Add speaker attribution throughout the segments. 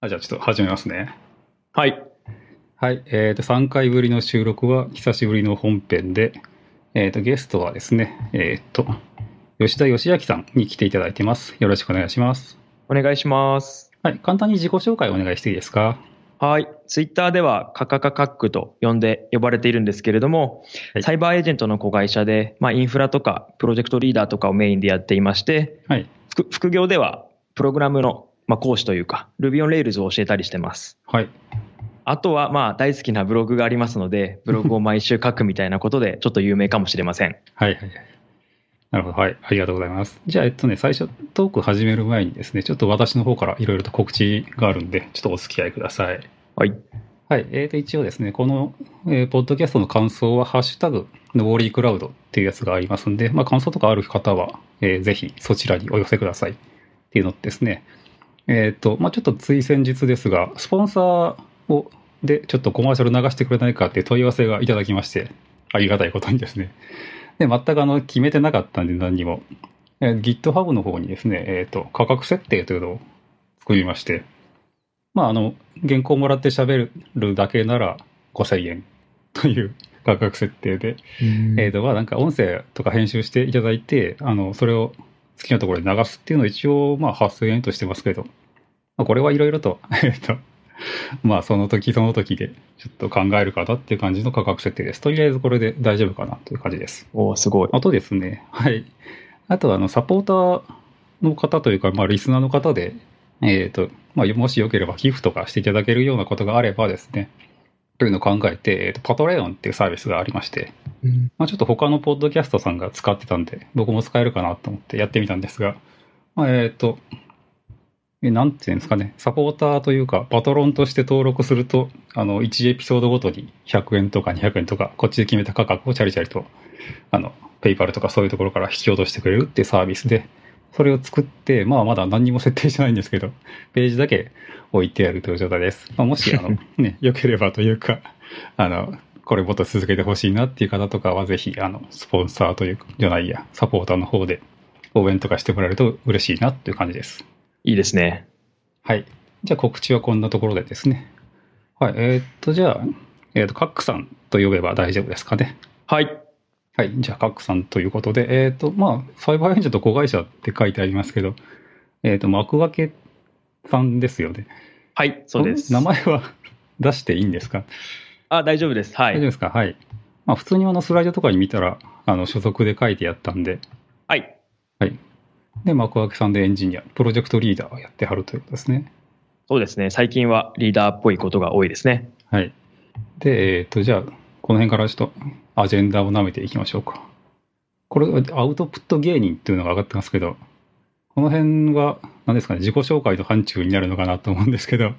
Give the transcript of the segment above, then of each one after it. Speaker 1: あ、じゃあちょっと始めますね。
Speaker 2: はい。
Speaker 1: はい。えっ、と、3回ぶりの収録は、久しぶりの本編で、えっ、と、ゲストはですね、えっ、と、吉田義明さんに来ていただいてます。よろしくお願いします。
Speaker 2: お願いします。
Speaker 1: はい。簡単に自己紹介をお願いしていいですか
Speaker 2: はい。ツイッターではカカカカックと呼んで呼ばれているんですけれども、
Speaker 1: はい
Speaker 2: サイバーエージェントの子会社で、まあ、インフラとかプロジェクトリーダーとかをメインでやっていまして、
Speaker 1: はい。
Speaker 2: 副副業ではプログラムの、まあ、講師というか Ruby on Rails を教えたりしてます。
Speaker 1: はい。
Speaker 2: あとは、まあ、大好きなブログがありますので、ブログを毎週書くみたいなこ とで、ちょっと有名かもしれません。
Speaker 1: はいはいはい。なるほど。はい。ありがとうございます。じゃあ、えっとね、最初、トーク始める前にですね、ちょっと私の方からいろいろと告知があるんで、ちょっとお付き合いください。
Speaker 2: はい。
Speaker 1: はい。えーと、一応ですね、この、えーポッドキャストの感想は、ハッシュタグ、のぼりクラウドっていうやつがありますんで、まあ、感想とかある方は、えーぜひそちらにお寄せくださいっていうのとですね、えっ、と、まあ、ちょっとつい先日ですが、スポンサーを、で、ちょっとコマーシャル流してくれないかっていう問い合わせがいただきまして、ありがたいことにですね。で、全くあの、決めてなかったんで、何にも。えー GitHub の方にですね、えっ、と、価格設定というのを作りまして、まあ、あの、原稿もらって喋るだけなら5000円という価格設定で、えーと、まあなんか音声とか編集していただいて、あの、それを好きなところで流すっていうのを一応、まあ8000円としてますけど、まあ、これはいろいろと、 えっと、まあその時その時でちょっと考えるかなっていう感じの価格設定です。とりあえずこれで大丈夫かなという感じです。
Speaker 2: おーすごい。
Speaker 1: あとですね、はい。あと、あの、サポーターの方というか、まあ、リスナーの方で、えっ、と、まあ、もしよければ寄付とかしていただけるようなことがあればですね、というのを考えて、えーと、パトレオンっていうサービスがありまして、まあ、ちょっと他のポッドキャストさんが使ってたんで、僕も使えるかなと思ってやってみたんですが、まあ、えっ、と、えなんていうんですかね、サポーターというか、パトロンとして登録すると、あの、1エピソードごとに100円とか200円とか、こっちで決めた価格をチャリチャリと、あの、ペイパルとかそういうところから引き落としてくれるっていうサービスで、それを作って、まあまだ何にも設定してないんですけど、ページだけ置いてやるという状態です。まあ、もし、あの、ね、良ければというか、あの、これもっと続けてほしいなっていう方とかは、ぜひ、あの、スポンサーというか、じゃないや、サポーターの方で応援とかしてもらえると嬉しいなっていう感じです。
Speaker 2: いいですね。
Speaker 1: はい。じゃあ告知はこんなところでですね。はい。えーっと、じゃあ、えーっと、カックさんと呼べば大丈夫ですかね。
Speaker 2: はい。
Speaker 1: はい。じゃあ、カックさんということで、えーっと、まあ、サイバーエンジェント子会社って書いてありますけど、えーっと、幕開けさんですよね。
Speaker 2: はい、そうです。
Speaker 1: 名前は 出していいんですか
Speaker 2: あ、大丈夫です。は
Speaker 1: 大丈夫
Speaker 2: い。
Speaker 1: ですかはい。まあ、普通にあのスライドとかに見たら、あの、所属で書いてやったんで、
Speaker 2: はい。
Speaker 1: で、幕開けさんでエンジニア、プロジェクトリーダーをやってはるということですね。
Speaker 2: そうですね。最近はリーダーっぽいことが多いですね。
Speaker 1: はい。で、えっ、と、じゃあ、この辺からちょっとアジェンダを舐めていきましょうか。これ、アウトプット芸人っていうのが上がってますけど、この辺は、何ですかね、自己紹介の範疇になるのかなと思うんですけど、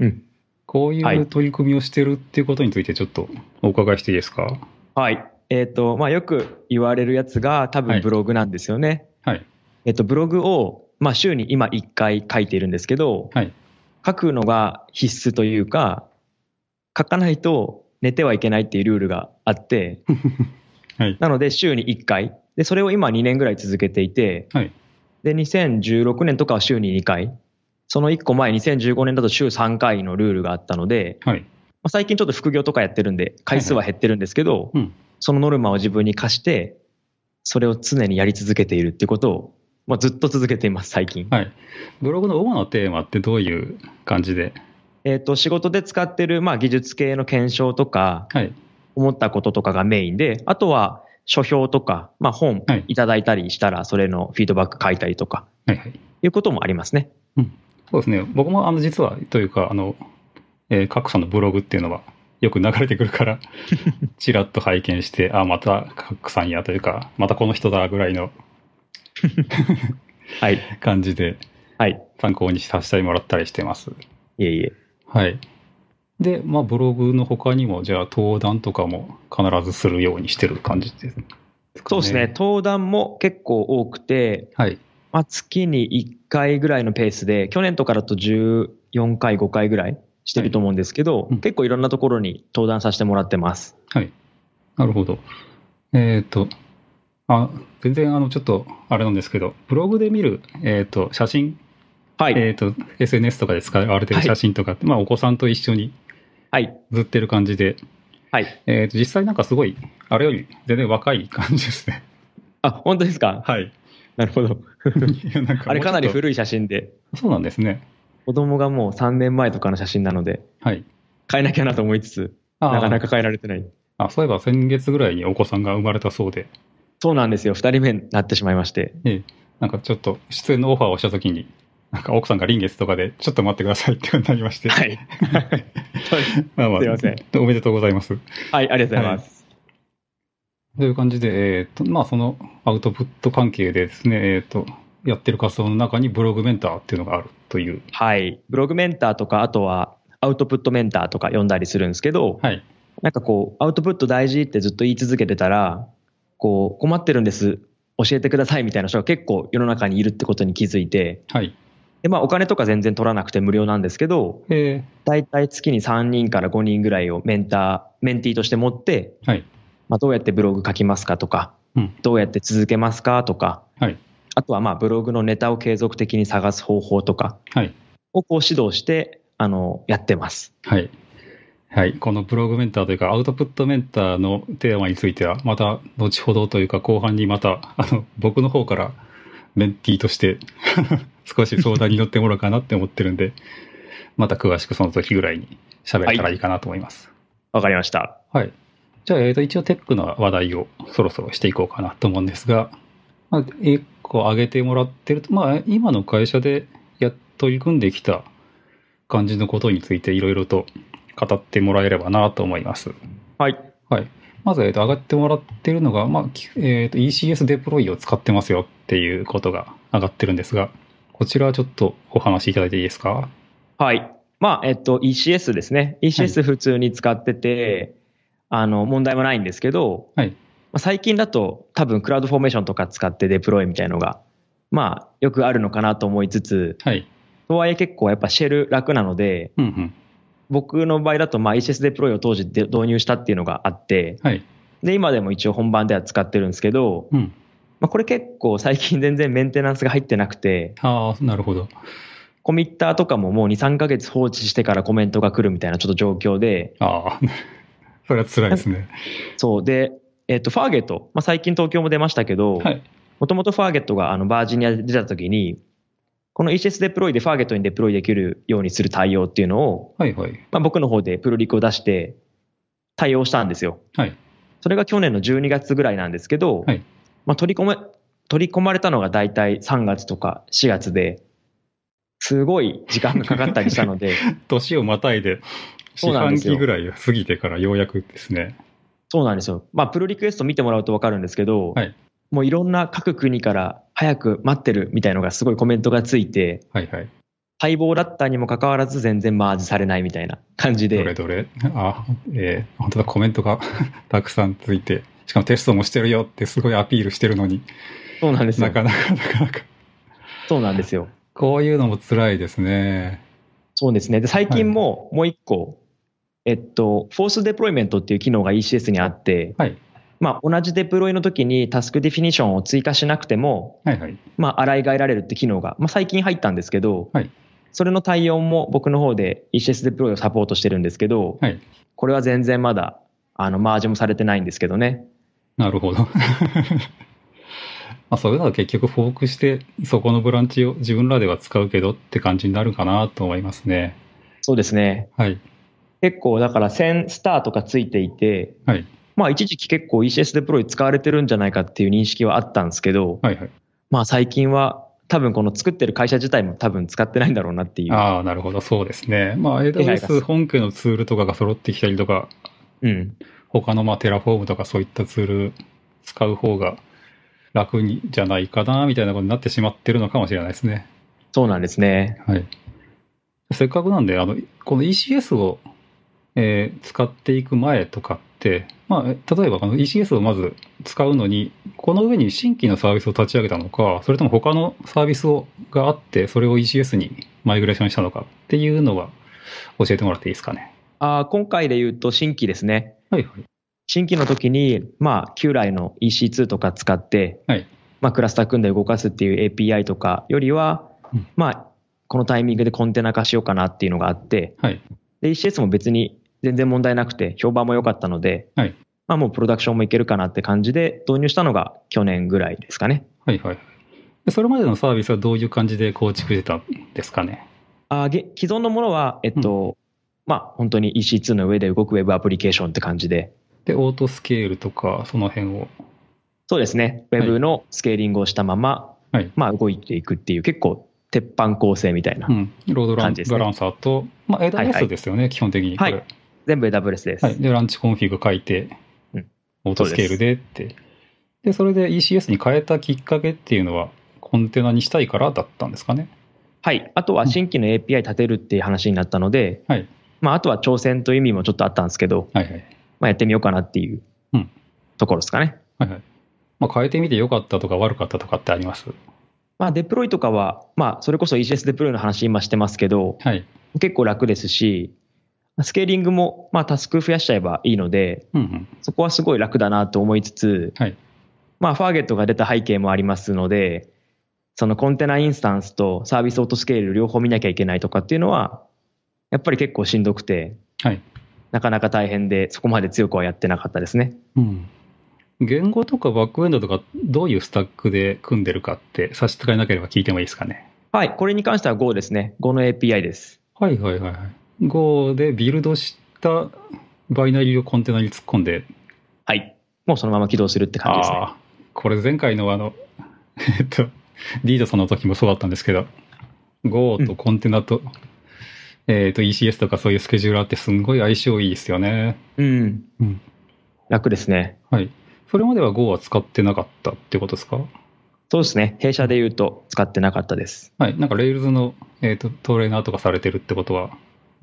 Speaker 2: うん。
Speaker 1: こうい
Speaker 2: は
Speaker 1: う
Speaker 2: い
Speaker 1: 取り組みをしてるっていうことについてちょっとお伺いしていいですか
Speaker 2: はい。えっ、と、まあ、よく言われるやつが多
Speaker 1: はい
Speaker 2: 分ブログなんですよね。
Speaker 1: はい。
Speaker 2: えっ、と、ブログを、まあ、週に今1回書いているんですけど、
Speaker 1: はい
Speaker 2: 書くのが必須というか、書かないと寝てはいけないっていうルールがあって、
Speaker 1: はい
Speaker 2: なので週に1回。で、それを今2年ぐらい続けていて、
Speaker 1: はい
Speaker 2: で、2016年とかは週に2回。その1個前、2015年だと週3回のルールがあったので、
Speaker 1: はい。
Speaker 2: まあ、最近ちょっと副業とかやってるんで、回数は減ってるんですけど、
Speaker 1: うん
Speaker 2: そのノルマを自分に課して、それを常にやり続けているってことを、まあ、ずっと続けています、最近。
Speaker 1: はい。ブログの主なテーマってどういう感じで
Speaker 2: えっ、と、仕事で使ってる、まあ、技術系の検証とか、
Speaker 1: はい。
Speaker 2: 思ったこととかがメインで、あとは、書評とか、まあ、本
Speaker 1: はい
Speaker 2: いただいたりしたら、それのフィードバック書いたりとか、
Speaker 1: はいはい。
Speaker 2: いうこともありますね。
Speaker 1: そうですね。僕もあの実はというか、あの、えー、各社のブログっていうのはよく流れてくる から、ちらっと拝見して、あ、また各さんやというか、またこの人だぐらいの
Speaker 2: はい。
Speaker 1: 感じで
Speaker 2: はい。
Speaker 1: 参考にさせてもらったりしてます。
Speaker 2: いえいえ。
Speaker 1: はい。で、まあブログの他にも、じゃあ登壇とかも必ずするようにしてる感じですかね。
Speaker 2: そうですね。登壇も結構多くて、
Speaker 1: はい。
Speaker 2: まあ、月に1回ぐらいのペースで、去年とかだと14回、5回ぐらいしてると思うんですけど、
Speaker 1: いうん
Speaker 2: 結構いろんなところに登壇させてもらってます。
Speaker 1: なるほど。えっ、と、あ、全然あの、ちょっと、あれなんですけど、ブログで見る、えっ、と、写真
Speaker 2: はい。
Speaker 1: えっ、と、SNS とかで使われてる写真とかって、まあ、お子さんと一緒に
Speaker 2: はい。
Speaker 1: ずってる感じで、
Speaker 2: はい。
Speaker 1: えっ、と、実際なんかすごい、あれより全然若い感じですね。
Speaker 2: あ、本当ですか
Speaker 1: はい。
Speaker 2: なるほど。
Speaker 1: いや なんもうちょっと
Speaker 2: あれかなり古い写真で、
Speaker 1: そうなんですね。
Speaker 2: 子供がもう3年前とかの写真なので、
Speaker 1: はい。
Speaker 2: 変えなきゃなと思いつつ、
Speaker 1: あー
Speaker 2: なかなか変えられてない。
Speaker 1: あ、そういえば先月ぐらいにお子さんが生まれたそうで、
Speaker 2: そうなんですよ。2人目になってしまい まして。
Speaker 1: なんかちょっと出演のオファーをしたときに、なんか奥さんが臨月とかで、ちょっと待ってくださいってなりまして。
Speaker 2: はい。
Speaker 1: まあまあ、
Speaker 2: すいません。
Speaker 1: おめでとうございます。
Speaker 2: はい、ありがとうございます。
Speaker 1: という感じで、えっ、と、まあそのアウトプット関係でですね、えっ、と、やってる活動の中にブログメンターっていうのがあるという。
Speaker 2: はい。ブログメンターとか、あとはアウトプットメンターとか呼んだりするんですけど、
Speaker 1: はい。
Speaker 2: なんかこう、アウトプット大事ってずっと言い続けてたら、こう、困ってるんです、教えてくださいみたいな人が結構世の中にいるってことに気づいて、
Speaker 1: はい。
Speaker 2: で、まあお金とか全然取らなくて無料なんですけど、
Speaker 1: え
Speaker 2: だいたい月に3人から5人ぐらいをメンター、メンティーとして持って、
Speaker 1: ー、はい。
Speaker 2: まあどうやってブログ書きますかとか、
Speaker 1: うん
Speaker 2: どうやって続けますかとか、
Speaker 1: はい
Speaker 2: あとはまあブログのネタを継続的に探す方法とか
Speaker 1: はい。
Speaker 2: をこう指導して、あの、やってます。
Speaker 1: はい。はい。このブログメンターというか、アウトプットメンターのテーマについては、また後ほどというか、後半にまた、あの、僕の方からメンティーとして、 少し相談に乗ってもらおうかなって思ってるんで、また詳しくその時ぐらいに喋れたらいいかなと思います。
Speaker 2: わかりました。
Speaker 1: はい。じゃあ、えーと、一応テックの話題をそろそろしていこうかなと思うんですが、まあ、一個挙げてもらってると、まあ、今の会社でやっ取り組んできた感じのことについていろいろと語ってもらえればなと思います。
Speaker 2: はい。
Speaker 1: まず、えーと、上がってもらってるのが、まあ、きえーと、ECS デプロイを使ってますよっていうことが上がってるんですが、こちらはちょっとお話しいただいていいですか
Speaker 2: はい。まあ、えっと、ECS ですね。ECS 普通に使ってて、あの、問題もないんですけど、
Speaker 1: はい
Speaker 2: まあ、最近だと多分クラウドフォーメーションとか使ってデプロイみたいのが、まあ、よくあるのかなと思いつつ、
Speaker 1: はい。
Speaker 2: とはいえ結構やっぱシェル楽なので、
Speaker 1: うんうん。
Speaker 2: 僕の場合だとまあ ECS デプロイを当時で導入したっていうのがあって、
Speaker 1: はい。
Speaker 2: で、今でも一応本番では使ってるんですけど、
Speaker 1: うん。
Speaker 2: まあ、これ結構最近全然メンテナンスが入ってなくて、
Speaker 1: ああ、なるほど。
Speaker 2: コミッターとかももう2、3ヶ月放置してからコメントが来るみたいなちょっと状況で、
Speaker 1: ああ、 それは辛いですね。
Speaker 2: そう。で、えっ、と、ファーゲット、まあ、最近東京も出ましたけど、
Speaker 1: はい。
Speaker 2: もともとファーゲットがあのバージニアで出た時に、この ECS デプロイでファーゲットにデプロイできるようにする対応っていうのを、
Speaker 1: はいはい。
Speaker 2: まあ、僕の方でプロリクを出して対応したんですよ。
Speaker 1: はい。
Speaker 2: それが去年の12月ぐらいなんですけど、
Speaker 1: はい
Speaker 2: まあ、取り込め、取り込まれたのが大体3月とか4月で、すごい時間がかかったりしたので、
Speaker 1: 年をまたいで、
Speaker 2: そ
Speaker 1: 四
Speaker 2: うなん
Speaker 1: 半
Speaker 2: ですよ
Speaker 1: 期ぐらい過ぎてからようやくですね。
Speaker 2: そうなんですよ。まあ、プロリクエスト見てもらうと分かるんですけど、
Speaker 1: はい
Speaker 2: もういろんな各国から早く待ってるみたいのがすごいコメントがついて、
Speaker 1: はいはい。
Speaker 2: 待望だったにもかかわらず全然マージされないみたいな感じ
Speaker 1: どれ
Speaker 2: で、
Speaker 1: どれ。あ、えー、本当だ、コメントが たくさんついて、しかもテストもしてるよってすごいアピールしてるのに、
Speaker 2: そうなんですよ
Speaker 1: な。かなかなかなか。
Speaker 2: そうなんですよ。
Speaker 1: こういうのも辛いですね。
Speaker 2: そうですね。で、最近ももう一個、えっと、フォースデプロイメントっていう機能が ECS にあって、
Speaker 1: はい
Speaker 2: まあ、同じデプロイの時にタスクディフィニションを追加しなくても、
Speaker 1: はいはい。
Speaker 2: まあ、洗い替えられるって機能が、まあ、最近入ったんですけど、
Speaker 1: はい
Speaker 2: それの対応も僕の方で ECS デプロイをサポートしてるんですけど、
Speaker 1: はい
Speaker 2: これは全然まだ、あの、マージもされてないんですけどね。
Speaker 1: なるほど。ま あそういうのは結局フォークして、そこのブランチを自分らでは使うけどって感じになるかなと思いますね。
Speaker 2: そうですね。
Speaker 1: はい。
Speaker 2: 結構だから1000スターとかついていて、
Speaker 1: はい
Speaker 2: まあ一時期結構 ECS デプロイ使われてるんじゃないかっていう認識はあったんですけど、
Speaker 1: はいはい。
Speaker 2: まあ最近は多分この作ってる会社自体も多分使ってないんだろうなっていう。
Speaker 1: ああ、なるほど、そうですね。まあ、
Speaker 2: 手配が
Speaker 1: AWS 本家のツールとかが揃ってきたりとか、
Speaker 2: うん。
Speaker 1: 他のまあテラフォームとかそういったツール使う方が楽にじゃないかな、みたいなことになってしまってるのかもしれないですね。
Speaker 2: そうなんですね。
Speaker 1: はい。せっかくなんで、あの、この ECS を、えー使っていく前とかって、まあ、例えばこの ECS をまず使うのに、この上に新規のサービスを立ち上げたのか、それとも他のサービスをがあって、それを ECS にマイグレーションしたのかっていうのは教えてもらっていいですかね。
Speaker 2: あー今回で言うと新規ですね。
Speaker 1: はいはい。
Speaker 2: 新規の時に、まあ旧来の EC2 とか使って、
Speaker 1: はい
Speaker 2: まあクラスター組んで動かすっていう API とかよりは、
Speaker 1: うん
Speaker 2: まあこのタイミングでコンテナ化しようかなっていうのがあって、
Speaker 1: はい。
Speaker 2: で、ECS も別に全然問題なくて、評判も良かったので、
Speaker 1: はい
Speaker 2: まあもうプロダクションもいけるかなって感じで導入したのが去年ぐらいですかね。
Speaker 1: はいはい。でそれまでのサービスはどういう感じで構築してたんですかね。
Speaker 2: あげ既存のものは、えっと、まあ本当に EC2 の上で動くウェブアプリケーションって感じで、
Speaker 1: で、オートスケールとか、その辺を。
Speaker 2: そうですね、ウェブのスケーリングをしたまま、
Speaker 1: はい
Speaker 2: まあ動いていくっていう結構鉄板構成みたいな、
Speaker 1: うん。ロードラン
Speaker 2: 感じですね
Speaker 1: バランサーと、まあ、
Speaker 2: はいはい
Speaker 1: AWS ですよね、基本的にこれ。
Speaker 2: はい全部 AWS です。
Speaker 1: はい。で、ランチコンフィグ書いて
Speaker 2: うん、
Speaker 1: オートスケールでって。で、それで ECS に変えたきっかけっていうのは、コンテナにしたいからだったんですかね。
Speaker 2: はい、あとは新規の API 立てるっていう話になったので、
Speaker 1: はい
Speaker 2: まあ、あとは挑戦という意味もちょっとあったんですけど、
Speaker 1: はいはい。
Speaker 2: まあ、やってみようかなっていう
Speaker 1: うん
Speaker 2: ところですかね。
Speaker 1: はいはい。まあ、変えてみて良かったとか悪かったとかってあります
Speaker 2: まあ、デプロイとかは、まあ、それこそ ECS デプロイの話今してますけど、
Speaker 1: はい。
Speaker 2: 結構楽ですし、スケーリングも、まあ、タスク増やしちゃえばいいので、
Speaker 1: うんうん。
Speaker 2: そこはすごい楽だなと思いつつ、
Speaker 1: はい
Speaker 2: まあ、ファーゲットが出た背景もありますので、そのコンテナインスタンスとサービスオートスケール両方見なきゃいけないとかっていうのは、やっぱり結構しんどくて、
Speaker 1: はい
Speaker 2: なかなか大変で、そこまで強くはやってなかったですね。
Speaker 1: うん。言語とかバックエンドとか、どういうスタックで組んでるかって差し支えなければ聞いてもいいですかね。
Speaker 2: はい、これに関しては Go ですね。Go の API です。
Speaker 1: はいはいはいはい。Go でビルドしたバイナリーをコンテナに突っ込んで、
Speaker 2: はい。もうそのまま起動するって感じですね。
Speaker 1: あーこれ前回の あの、えっと、リードさんの時もそうだったんですけど、Go とコンテナと、えっと ECS とかそういうスケジューラーってすんごい相性いいですよね。
Speaker 2: うん。
Speaker 1: うん
Speaker 2: 楽ですね。
Speaker 1: はい。それまでは Go は使ってなかったってことですか
Speaker 2: そうですね。弊社で言うと使ってなかったです。
Speaker 1: はい。なんか Rails の、えー、とトレーナーとかされてるってことは、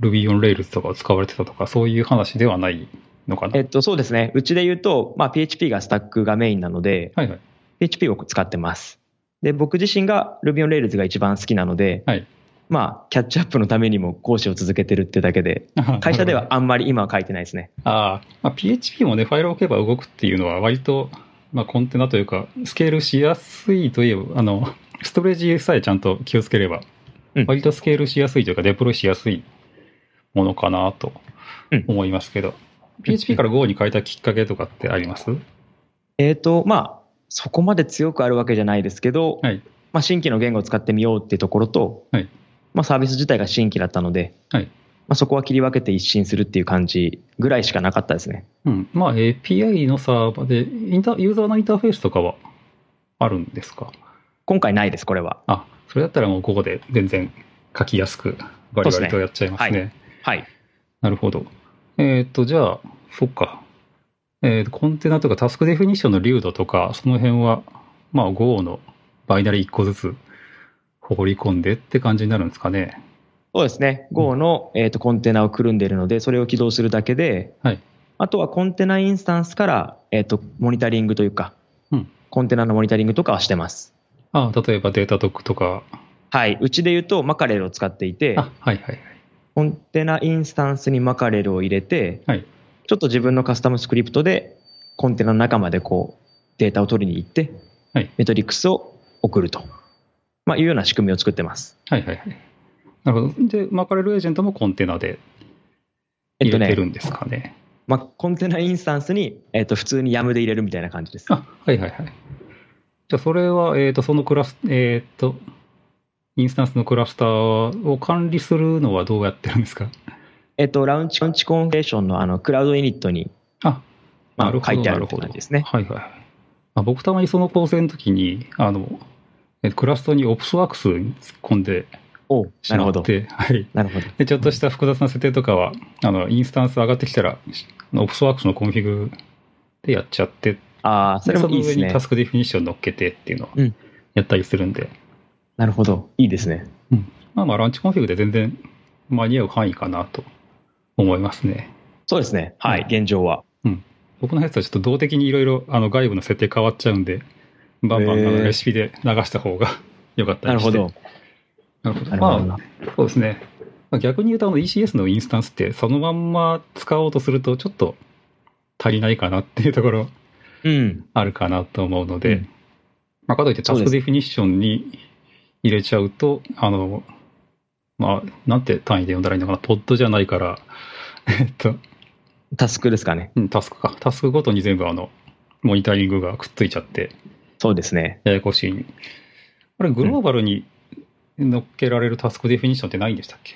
Speaker 1: Ruby on Rails とかを使われてたとか、そういう話ではないのかな。
Speaker 2: えっと、そうですね。うちで言うと、まあ、PHP がスタックがメインなので、
Speaker 1: はいはい。
Speaker 2: PHP を使ってます。で、僕自身が Ruby on Rails が一番好きなので、
Speaker 1: はい
Speaker 2: まあ、キャッチアップのためにも講師を続けてるってだけで、会社ではあんまり今は書いてないですね。
Speaker 1: ああ、まあ、PHP もね、ファイルを置けば動くっていうのは、割と、まあ、コンテナというか、スケールしやすいといえば、あの、ストレージさえちゃんと気をつければ
Speaker 2: うん、
Speaker 1: 割とスケールしやすいというか、デプロイしやすいものかなと
Speaker 2: うん
Speaker 1: 思いますけど、PHP から Go に変えたきっかけとかってあります
Speaker 2: えっ、と、まあ、そこまで強くあるわけじゃないですけど、
Speaker 1: はい
Speaker 2: まあ、新規の言語を使ってみようっていうところと、
Speaker 1: はい
Speaker 2: まあ、サービス自体が新規だったので、
Speaker 1: はい
Speaker 2: まあ、そこは切り分けて一新するっていう感じぐらいしかなかったですね。
Speaker 1: うん。まあ、API のサーバーで、インターユーザーのインターフェースとかはあるんですか
Speaker 2: 今回ないです、これは。
Speaker 1: あ、それだったらもう Go で全然書きやすく、バリバリとやっちゃいま
Speaker 2: は
Speaker 1: す
Speaker 2: い
Speaker 1: ね。
Speaker 2: はい。
Speaker 1: なるほど。えーっと、じゃあ、そっか。えーっと、コンテナとかタスクデフィニッションの流度とか、その辺は、まあ、Go のバイナリー1個ずつ放り込んでって感じになるんですかね。
Speaker 2: そうですね。Go の、えー、とコンテナをくるんでいるので、それを起動するだけで、
Speaker 1: はい
Speaker 2: あとはコンテナインスタンスから、えー、とモニタリングというか、
Speaker 1: うん
Speaker 2: コンテナのモニタリングとかはしてます。
Speaker 1: あ例えばデータドックとか。
Speaker 2: はい。うちで言うと、マカレルを使っていて、
Speaker 1: あ、はいはいはい。
Speaker 2: コンテナインスタンスにマカレルを入れて、
Speaker 1: はい
Speaker 2: ちょっと自分のカスタムスクリプトで、コンテナの中までこう、データを取りに行って、
Speaker 1: はい
Speaker 2: メトリックスを送ると、まあ、いうような仕組みを作ってます。
Speaker 1: はいはいはい。なるほど。で、マカレルエージェントもコンテナで
Speaker 2: えっ
Speaker 1: 入
Speaker 2: と
Speaker 1: れて
Speaker 2: ね、
Speaker 1: るんですかね。
Speaker 2: まあ、コンテナインスタンスに、えっと普通に YAM で入れるみたいな感じです。
Speaker 1: あ、はいはいはい。じゃあ、それは、えーっと、そのクラス、えーっと、インスタンスのクラスターを管理するのはどうやってるんですか
Speaker 2: えっと、ラウンチラウンチコンフィグレーションのあのクラウドユニットに、
Speaker 1: あ
Speaker 2: ま
Speaker 1: なる
Speaker 2: あ、
Speaker 1: ほど
Speaker 2: 書いてあるって感じですね。
Speaker 1: はいはい。あ僕たまにその構成の時に、あの、えクラストにオプスワークスに突っ込んで
Speaker 2: おう
Speaker 1: し
Speaker 2: なる
Speaker 1: ま
Speaker 2: ほ
Speaker 1: っ
Speaker 2: ど。
Speaker 1: て、はい。
Speaker 2: なるほど。
Speaker 1: で、ちょっとした複雑な設定とかは、あの、インスタンス上がってきたら、オプスワークスのコンフィグでやっちゃって、
Speaker 2: ああ、それもいいで
Speaker 1: その上
Speaker 2: す
Speaker 1: に
Speaker 2: ね
Speaker 1: タ。スクディフィニッション乗っけてっていうのを
Speaker 2: うん
Speaker 1: やったりするんで、
Speaker 2: なるほど。いいですね。
Speaker 1: まあまあ、ランチコンフィグで全然間に合う範囲かなと思いますね。
Speaker 2: そうですね。はい、
Speaker 1: うん
Speaker 2: 現状は。
Speaker 1: 僕のやつはちょっと動的にいろいろあの外部の設定変わっちゃうんで、バンバンあ
Speaker 2: へ
Speaker 1: の
Speaker 2: ー
Speaker 1: レシピで流した方が良かった
Speaker 2: な
Speaker 1: り
Speaker 2: る
Speaker 1: して。
Speaker 2: ほど。
Speaker 1: なるほど。
Speaker 2: なるほど
Speaker 1: まあ、そうですね。まあ逆に言うと、あの ECS のインスタンスって、そのまんま使おうとすると、ちょっと足りないかなっていうところ
Speaker 2: うん。
Speaker 1: あるかなと思うので、
Speaker 2: うん
Speaker 1: まあ、かといってタス
Speaker 2: そうです
Speaker 1: クディフィニッションに入れちゃうと、あの、まあ、なんて単位で呼んだらいいのかな。ポッドじゃないから、 えっと、
Speaker 2: タスクですかね。
Speaker 1: うんタスクか。タスクごとに全部あの、モニタリングがくっついちゃって、
Speaker 2: そうですね。
Speaker 1: ややこしい。あれ、グローバルに乗っけられるタスクデフィニッションってないんでしたっけ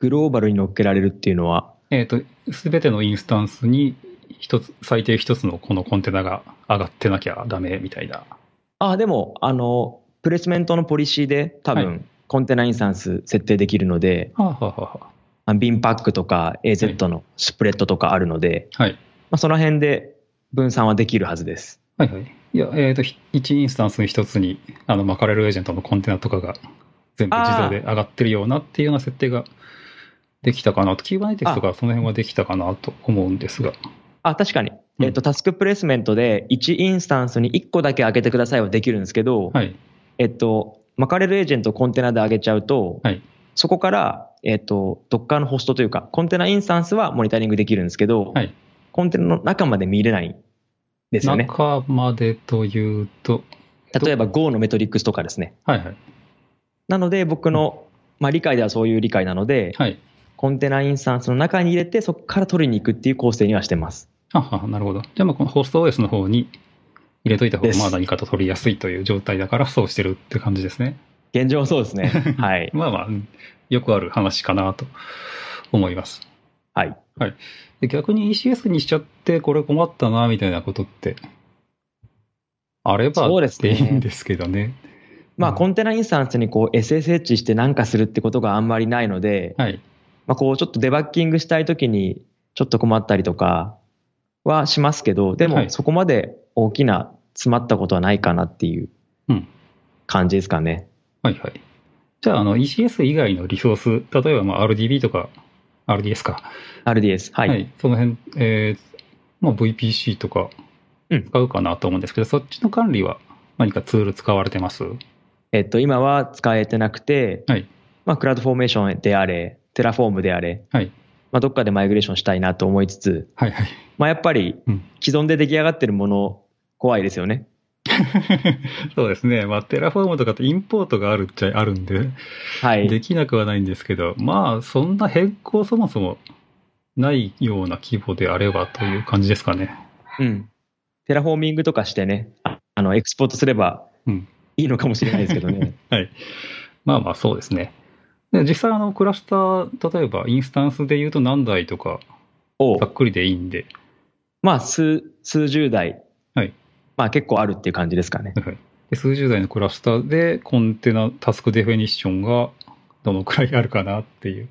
Speaker 2: グローバルに乗っけられるっていうのは、
Speaker 1: えっ、と、すべてのインスタンスに一つ、最低一つのこのコンテナが上がってなきゃダメみたいな。
Speaker 2: あ、でも、あの、プレイスメントのポリシーで多分、
Speaker 1: は
Speaker 2: コンテナインスタンス設定できるので、
Speaker 1: はあ、はあはあは
Speaker 2: あビンパックとか AZ のスプレッドとかあるので、
Speaker 1: あ、はい。
Speaker 2: まあ、その辺で分散はできるはずです。
Speaker 1: はいはい。いや、えっ、と、ひ一インスタンスの一つに、あの、マカレルエージェントのコンテナとかが全部自動で上がってるようなっていうような設定ができたかなと。キーバネティクスとかその辺はできたかなと思うんですが。
Speaker 2: あ、確かに。
Speaker 1: ん
Speaker 2: えっ、と、タスクプレイスメントで1インスタンスに1個だけ上げてくださいはできるんですけど、
Speaker 1: はい。
Speaker 2: えっ、と、マカレルエージェントをコンテナで上げちゃうと、
Speaker 1: はい
Speaker 2: そこから、えっ、と、Docker のホストというか、コンテナインスタンスはモニタリングできるんですけど、
Speaker 1: はい
Speaker 2: コンテナの中まで見れないんですよね。
Speaker 1: 中までというと、
Speaker 2: 例えば Go のメトリックスとかですね。
Speaker 1: はいはい。
Speaker 2: なので僕の、まあ、理解ではそういう理解なので、
Speaker 1: はい。
Speaker 2: コンテナインスタンスの中に入れてそこから取りに行くっていう構成にはしてます。
Speaker 1: はあはあなるほど。じゃあ、まあ、このホスト OS の方に入れといた方
Speaker 2: で
Speaker 1: が、
Speaker 2: す
Speaker 1: まあ何かと取りやすいという状態だから、そうしてるって感じですね。
Speaker 2: 現状はそう ですね。はい。
Speaker 1: まあまあ、うんよくある話かなと思います。
Speaker 2: はい。
Speaker 1: はい。で逆に ECS にしちゃって、これ困ったな、みたいなことって、あれば
Speaker 2: そうで
Speaker 1: っ
Speaker 2: すね
Speaker 1: ていいんですけどね。
Speaker 2: まあ
Speaker 1: うん
Speaker 2: コンテナインスタンスにこう SSH してなんかするってことがあんまりないので、
Speaker 1: はい。
Speaker 2: まあこうちょっとデバッキングしたいときにちょっと困ったりとかはしますけど、で
Speaker 1: は
Speaker 2: も
Speaker 1: い
Speaker 2: そこまで大きな詰まったことはないかなっていう
Speaker 1: うん
Speaker 2: 感じですかね。
Speaker 1: はいはい。じゃあ、あの、ECS 以外のリソース、例えば、まあ、RDB とか、RDS か、
Speaker 2: RDS。は。
Speaker 1: はいい、その辺、えーまあ、VPC とか
Speaker 2: うん
Speaker 1: 使うかなと思うんですけど、そっちの管理は何かツール使われてます
Speaker 2: えっと、今は使えてなくて、
Speaker 1: はい
Speaker 2: まあ、クラウドフォーメーションであれ、テラフォームであれ、
Speaker 1: はい
Speaker 2: まあ、どっかでマイグレーションしたいなと思いつつ、
Speaker 1: はいはい。
Speaker 2: まあ、やっぱり
Speaker 1: うん
Speaker 2: 既存で出来上がってるもの、怖いですよね。
Speaker 1: そうですね。まあ、テラフォームとかってインポートがあるっちゃあるんで、
Speaker 2: はい。
Speaker 1: できなくはないんですけど、まあ、そんな変更そもそもないような規模であればという感じですかね。
Speaker 2: うん。テラフォーミングとかしてね、ああの、エクスポートすれば
Speaker 1: うん
Speaker 2: いいのかもしれないですけ どね。
Speaker 1: はい。まあまあ、そうですね。で実際、あの、クラスター、例えばインスタンスで言うと何台とか、
Speaker 2: を
Speaker 1: ざ、っくりでいいんで、
Speaker 2: まあ、数、数十台。
Speaker 1: はい
Speaker 2: まあ、結構あるっていう感じですかね。
Speaker 1: はいで数十台のクラスターでコンテナタスクデフィニッションがどのくらいあるかなっていう。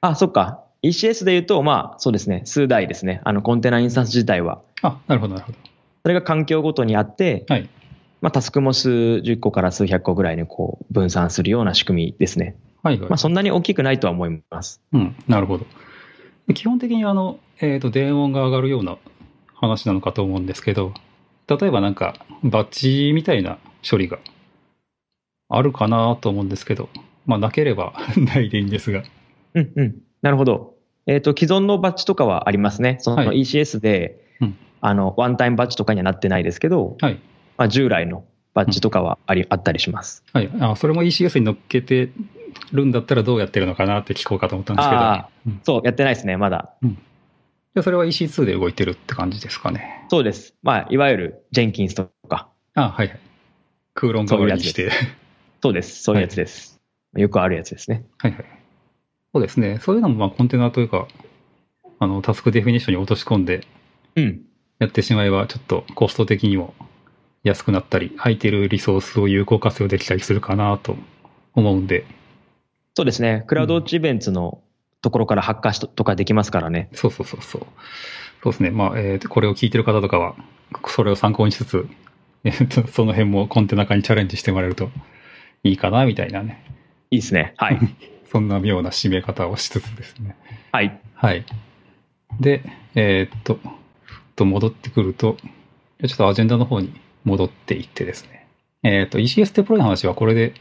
Speaker 2: あ、そっか。ECS で言うと、まあ、そうですね。数台ですね。あの、コンテナインスタンス自体は。
Speaker 1: あ、なるほど、なるほど。
Speaker 2: それが環境ごとにあって、
Speaker 1: はい
Speaker 2: まあ、タスクも数十個から数百個ぐらいにこう分散するような仕組みですね。
Speaker 1: はいはい。
Speaker 2: まあ、そんなに大きくないとは思います。
Speaker 1: うん、なるほど。で基本的にあの、えっ、と、電音が上がるような話なのかと思うんですけど、例えばなんか、バッチみたいな処理があるかなと思うんですけど、まあ、なければ ないでいいんですが。
Speaker 2: うんうん。なるほど。えっ、と、既存のバッジとかはありますね。その
Speaker 1: はい
Speaker 2: ECS で、
Speaker 1: うん
Speaker 2: あの、ワンタイムバッジとかにはなってないですけど、
Speaker 1: はい
Speaker 2: まあ、従来のバッジとかはあり、あったりします。
Speaker 1: はい。あ、それも ECS に乗っけてるんだったらどうやってるのかなって聞こうかと思ったんですけど、
Speaker 2: ああ、
Speaker 1: うん
Speaker 2: そう、やってないですね、まだ。
Speaker 1: でそれは EC2 で動いてるって感じですかね。
Speaker 2: そうです。まあ、いわゆるジェンキンスとか、
Speaker 1: あ、はいはい。空論代わりにして。
Speaker 2: そうです。そういうやつです。よくあるやつですね。
Speaker 1: はいはい。そうですね。そういうのも、まあ、コンテナというか、あの、タスクデフィニッションに落とし込んで
Speaker 2: うん。
Speaker 1: やってしまえば、ちょっとコスト的にも安くなったり、空いてるリソースを有効活用できたりするかなと思うんで、
Speaker 2: そうですね。クラウドウォッチイベントのところから発火しととかできますからね。
Speaker 1: そうそうそうそう。そうですね。まあ、えーこれを聞いてる方とかは、それを参考にしつつ、えっと、その辺もコンテナ化にチャレンジしてもらえるといいかな、みたいなね。
Speaker 2: いいですね。 はい。
Speaker 1: そんな妙な締め方をしつつですね。
Speaker 2: はい。
Speaker 1: はい。で、えーっと、ふっと戻ってくると、ちょっとアジェンダの方に戻っていってですね。えーっと、ECS デプロイの話はこれで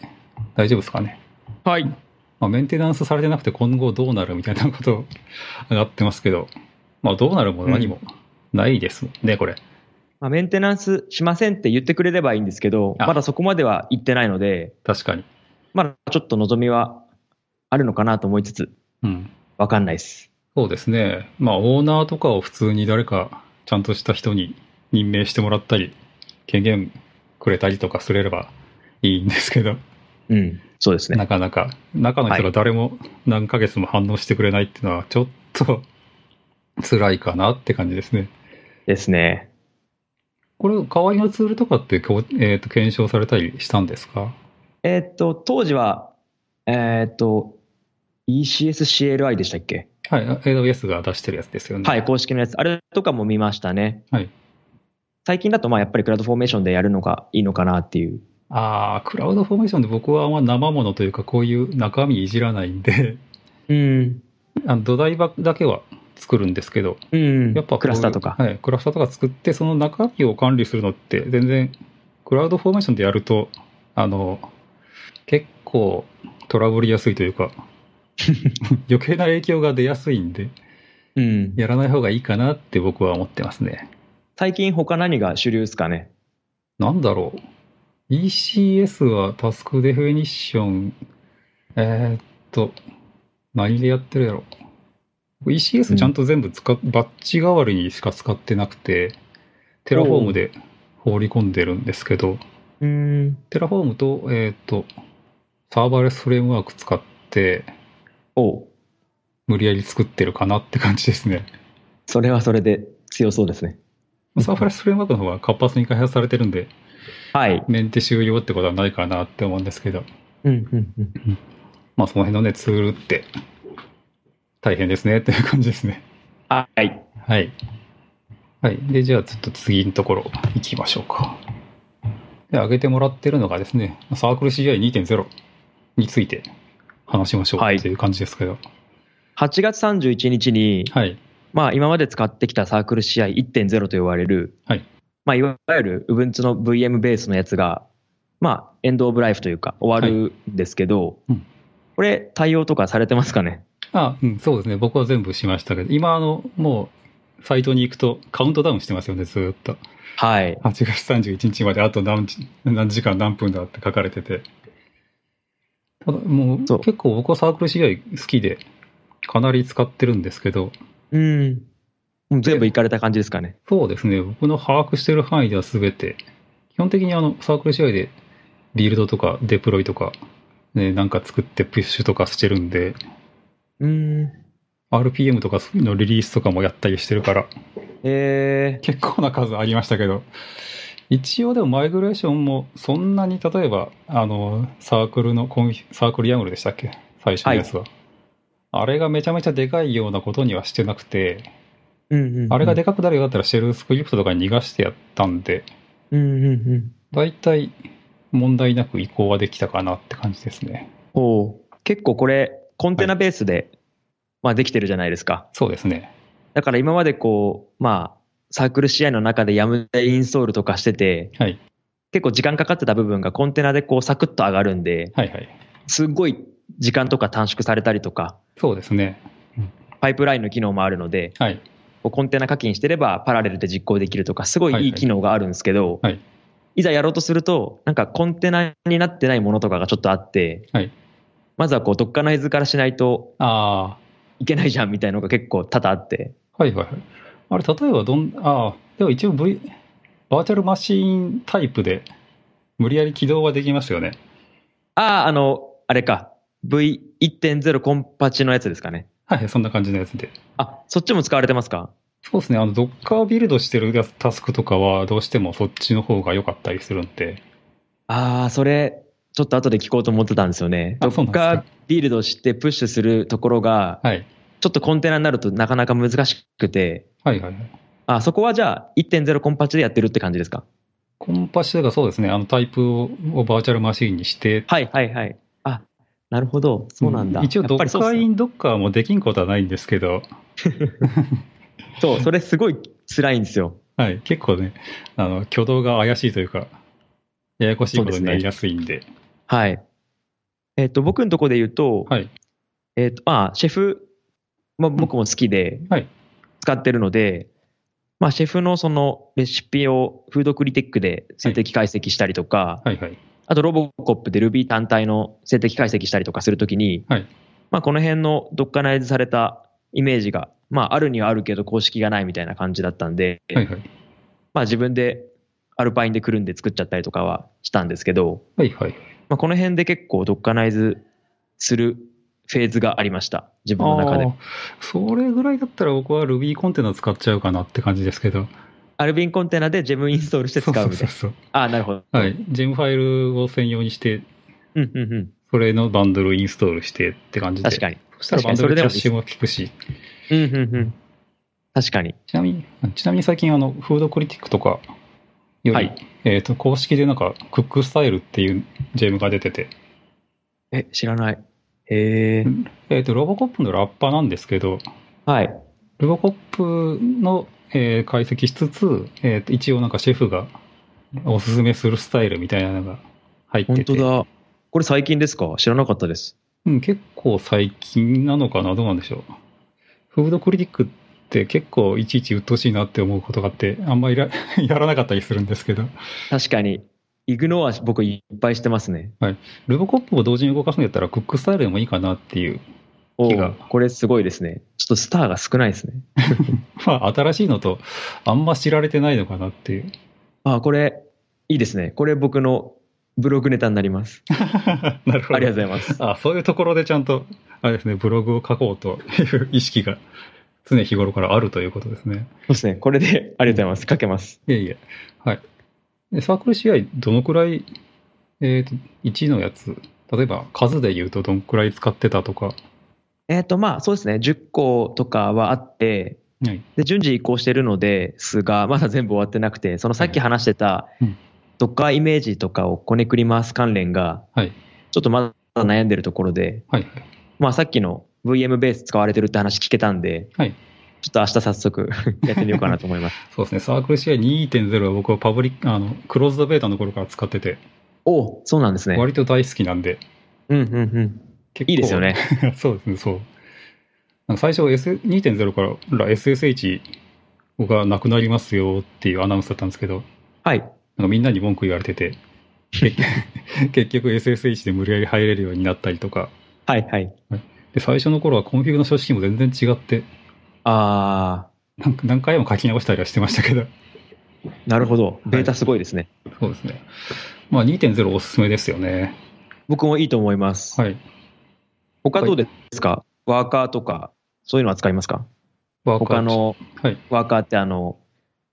Speaker 1: 大丈夫ですかね。
Speaker 2: はい。
Speaker 1: まあ、メンテナンスされてなくて今後どうなるみたいなこと上がってますけど、まあ、どうなるも何もないですもんね、これ。
Speaker 2: まあ、メンテナンスしませんって言ってくれればいいんですけど、
Speaker 1: あ
Speaker 2: まだそこまでは行ってないので、
Speaker 1: 確かに。
Speaker 2: まだちょっと望みはあるのかなと思いつつ、
Speaker 1: うん。
Speaker 2: わかんないです。
Speaker 1: そうですね。まあ、オーナーとかを普通に誰か、ちゃんとした人に任命してもらったり、権限くれたりとかすれればいいんですけど、
Speaker 2: うん、そうですね。
Speaker 1: なかなか、中の人が誰も何ヶ月も反応してくれないっていうのは、ちょっと辛いかなって感じですね。
Speaker 2: ですね。
Speaker 1: これ、代わりのツールとかってこう、えー、と検証されたりしたんですか
Speaker 2: えーっと、当時は、えーっと、ECSCLI でしたっけ
Speaker 1: はい、AWS が出してるやつですよね。
Speaker 2: はい、公式のやつ。あれとかも見ましたね。
Speaker 1: はい
Speaker 2: 最近だと、まあ、やっぱりクラウドフォーメーションでやるのがいいのかなっていう。
Speaker 1: ああ、クラウドフォーメーションで僕はあんま生ものというか、こういう中身いじらないんで、
Speaker 2: うん。
Speaker 1: あの土台ばだけは作るんですけど、
Speaker 2: うん。
Speaker 1: やっぱこういう
Speaker 2: クラスターとか。
Speaker 1: はい、クラスターとか作って、その中身を管理するのって、全然、クラウドフォーメーションでやると、あの、結構トラブりやすいという か、余計な影響が出やすいんで、
Speaker 2: うん。
Speaker 1: やらない方がいいかなって僕は思ってますね。
Speaker 2: 最近他何が主流ですかね
Speaker 1: なんだろう。ECS はタスクデフィニッション、えーっと、何でやってるやろ。
Speaker 2: う
Speaker 1: ECS
Speaker 2: ん
Speaker 1: ちゃんと全部使っ、バッチ代わりにしか使ってなくて、テラフォームで放り込んでるんですけど、
Speaker 2: うん。
Speaker 1: テラフォームと、えーっと、サーバーレスフレームワーク使って、
Speaker 2: おう
Speaker 1: 無理やり作ってるかなって感じですね。
Speaker 2: それはそれで強そうですね。
Speaker 1: サーバーレスフレームワークの方が活発に開発されてるんで、
Speaker 2: はい。
Speaker 1: メンテ終了ってことはないかなって思うんですけど。
Speaker 2: うん、うん、うん。
Speaker 1: まあその辺のね、ツールって大変ですねっていう感じですね。
Speaker 2: はい。
Speaker 1: はい。はい。で、じゃあちょっと次のところ行きましょうか。で、挙げてもらってるのがですね、サークル CI2.0 について話しましょう
Speaker 2: はい
Speaker 1: っていう感じですけど。
Speaker 2: 8月31日に、
Speaker 1: はい。
Speaker 2: まあ、今まで使ってきたサークル試合1.0と呼ばれる、
Speaker 1: はい
Speaker 2: まあ、いわゆる Ubuntu の VM ベースのやつが、まあ、エンドオブライフというか終わるんですけど、
Speaker 1: うん
Speaker 2: これ対応とかされてますかね
Speaker 1: あ、うん、そうですね。僕は全部しましたけど、今、あの、もう、サイトに行くとカウントダウンしてますよね、ずーっと。
Speaker 2: はい。
Speaker 1: 8月31日まであと何時何時間何分だって書かれてて。ただもう
Speaker 2: そう
Speaker 1: 結構僕はサークル試合好きで、かなり使ってるんですけど、
Speaker 2: うん。もう全部いかれた感じですかね。
Speaker 1: そうですね、僕の把握してる範囲では全て、基本的にあのサークル試合でビルドとかデプロイとか、ね、なんか作ってプッシュとかしてるんで、
Speaker 2: うん。
Speaker 1: RPM とかそういうのリリースとかもやったりしてるから、
Speaker 2: え
Speaker 1: 結構な数ありましたけど一応でもマイグレーションもそんなに例えばあのサークルのコンフィサークルヤムルでしたっけ最初のやつは、あれがめちゃめちゃでかいようなことにはしてなくて
Speaker 2: ーうんうんうん
Speaker 1: あれがでかくなるようだったらシェルスクリプトとかに逃がしてやったんで
Speaker 2: うんうんうん。
Speaker 1: だいたい問題なく移行はできたかなって感じですね
Speaker 2: ほう結構これ、コンテナベースで、まあ、できてるじゃないですか。
Speaker 1: そうですね
Speaker 2: だから今までこう、まあ、サークル試合の中でやむでインストールとかしてて、
Speaker 1: はい
Speaker 2: 結構時間かかってた部分がコンテナでこうサクッと上がるんで、
Speaker 1: はいはい
Speaker 2: すっごい時間とか短縮されたりとか、
Speaker 1: そうですね
Speaker 2: パイプラインの機能もあるので、
Speaker 1: はい
Speaker 2: こうコンテナ課金してればパラレルで実行できるとか、すご
Speaker 1: はい
Speaker 2: い
Speaker 1: はい
Speaker 2: いい機能があるんですけど、
Speaker 1: はい
Speaker 2: ざやろうとすると、なんかコンテナになってないものとかがちょっとあって、
Speaker 1: はい
Speaker 2: まずはこうどっかの絵図からしないと
Speaker 1: ああ
Speaker 2: いけないじゃんみたいなのが結構多々あって、
Speaker 1: はいはいはい。あれ、例えばどん、ああ、でも一応 V、バーチャルマシーンタイプで、無理やり起動はできますよね。
Speaker 2: ああ、あの、あれか、V1.0 コンパチのやつですかね。
Speaker 1: はいはい、そんな感じのやつで。
Speaker 2: あ、そっちも使われてますか
Speaker 1: そうですね、あの、Docker ビルドしてるやつタスクとかは、どうしてもそっちの方が良かったりするんで。
Speaker 2: ああ、それ、ちょっと後で聞こうと思ってたんですよね。
Speaker 1: あ
Speaker 2: ど
Speaker 1: そう
Speaker 2: っ
Speaker 1: なんですか
Speaker 2: かビルドしてプッシュするところが、
Speaker 1: はい。
Speaker 2: ちょっとコンテナになるとなかなか難しくて、
Speaker 1: はいはいはい。
Speaker 2: あそこはじゃあ1.0コンパチでやってるって感じですか
Speaker 1: コンパッシュがそうですね、あのタイプををバーチャルマシーンにして、
Speaker 2: はいはいはい。あ、なるほど。そうなんだ。
Speaker 1: 一応
Speaker 2: やっぱりそうっす
Speaker 1: Docker
Speaker 2: ね
Speaker 1: in Docker もできんことはないんですけど、
Speaker 2: そう、それすごい辛いんですよ。
Speaker 1: はい、結構ね、あの、挙動が怪しいというか、ややこしいことになりやすいんで。
Speaker 2: はい。えっ、と、僕のとこで言うと、
Speaker 1: はい。
Speaker 2: えっ、と、まあ、シェフ、まあ、僕も好きで
Speaker 1: んはい、
Speaker 2: 使ってるので、まあ、シェフのそのレシピをフードクリティックで性的解析したりとか、
Speaker 1: はいはい。
Speaker 2: あとロボコップで Ruby 単体の性的解析したりとかするときに、
Speaker 1: はい
Speaker 2: まあ、この辺のドッカナイズされたイメージが、まあ、あるにはあるけど公式がないみたいな感じだったんで、
Speaker 1: はいはい。
Speaker 2: まあ、自分でアルパインでくるんで作っちゃったりとかはしたんですけど、
Speaker 1: はいはい。
Speaker 2: まあ、この辺で結構ドッカナイズするフェーズがありました自分の中で
Speaker 1: あーそれぐらいだったら僕は Ruby コンテナ使っちゃうかなって感じですけど。
Speaker 2: アルビンコンテナでジェムインストールして使うみた
Speaker 1: そう
Speaker 2: いな
Speaker 1: そうそう
Speaker 2: ああなるほど
Speaker 1: そう。はい。ジェムファイルを専用にして、
Speaker 2: うんうんうん
Speaker 1: それのバンドルインストールしてって感じで。
Speaker 2: 確かに
Speaker 1: そしたらバンドルキャッシュも効くし。
Speaker 2: うんうんうん確かに
Speaker 1: ちなみに、ちなみに最近あの、フードクリティックとかより、
Speaker 2: はい
Speaker 1: えっ、と、公式でなんか、クックスタイルっていうジェムが出てて、
Speaker 2: え知らないへえ
Speaker 1: えっ、と、ロボコップのラッパなんですけど、
Speaker 2: はい
Speaker 1: ロボコップの、えー解析しつつ、えーと一応なんかシェフがおすすめするスタイルみたいなのが入って
Speaker 2: 本
Speaker 1: て、
Speaker 2: 当だこれ最近ですか知らなかったです
Speaker 1: うん、結構最近なのかな、どうなんでしょう。フードクリティックって結構いちいち鬱陶しいなって思うことがあって、あんまりら やらなかったりするんですけど、
Speaker 2: 確かにイグノア僕いっぱいしてますね
Speaker 1: ルボコップを同時に動かすんだったらクックスタイルでもいいかなっていう、
Speaker 2: お
Speaker 1: 気が
Speaker 2: ーこれすごいですねちょっとスターが少ないですね
Speaker 1: まあ新しいのとあんま知られてないのかなっていう。
Speaker 2: ああこれいいですねこれ僕のブログネタになり ます
Speaker 1: なるほど。
Speaker 2: ありがとうございます
Speaker 1: あそういうところでちゃんと、あれですね、ブログを書こうという意識が常日頃からあるということですね。
Speaker 2: そうですねこれでありがとうございますかけます
Speaker 1: いえいえ。はい。でサークル試合、どのくらい、えっ、と、1のやつ、例えば数で言うとどのくらい使ってたとか、
Speaker 2: えっ、とまあそうですね10個とかはあって
Speaker 1: はい。
Speaker 2: で順次移行してるのですがまだ全部終わってなくてそのさっき話してた
Speaker 1: うん
Speaker 2: ドッカーイメージとかをこねくり回す関連が
Speaker 1: はい。
Speaker 2: ちょっとまだ悩んでるところで、
Speaker 1: はい。
Speaker 2: まあ、さっきの VM ベース使われてるって話聞けたんで、
Speaker 1: はい
Speaker 2: ちょっと明日早速 やってみようかなと思います
Speaker 1: そうですね、サークル試合2.0は僕はパブリック、あの、クローズドベータの頃から使ってて、
Speaker 2: おうそうなんですね
Speaker 1: 割と大好きなんで、
Speaker 2: うんうんうん
Speaker 1: 結構
Speaker 2: いいですよ。ね
Speaker 1: そうですね、そう。なんか最初 S、2.0から SSH がなくなりますよっていうアナウンスだったんですけど、
Speaker 2: はい
Speaker 1: なんかみんなに文句言われて て、結局結局 SSH で無理やり入れるようになったりとか、
Speaker 2: はいはい
Speaker 1: で最初の頃はコンフィグの書式も全然違って、
Speaker 2: あ
Speaker 1: なんか何回も書き直したりはしてましたけど、
Speaker 2: ーなるほどベータすごいですね、
Speaker 1: そうですね。まあ2.0おすすめですよね。
Speaker 2: 僕もいいと思います、
Speaker 1: はい。
Speaker 2: 他どうですかワーカーとかそういうのは使いますか
Speaker 1: ワーカー
Speaker 2: 他、の
Speaker 1: はい。
Speaker 2: ワーカーってあの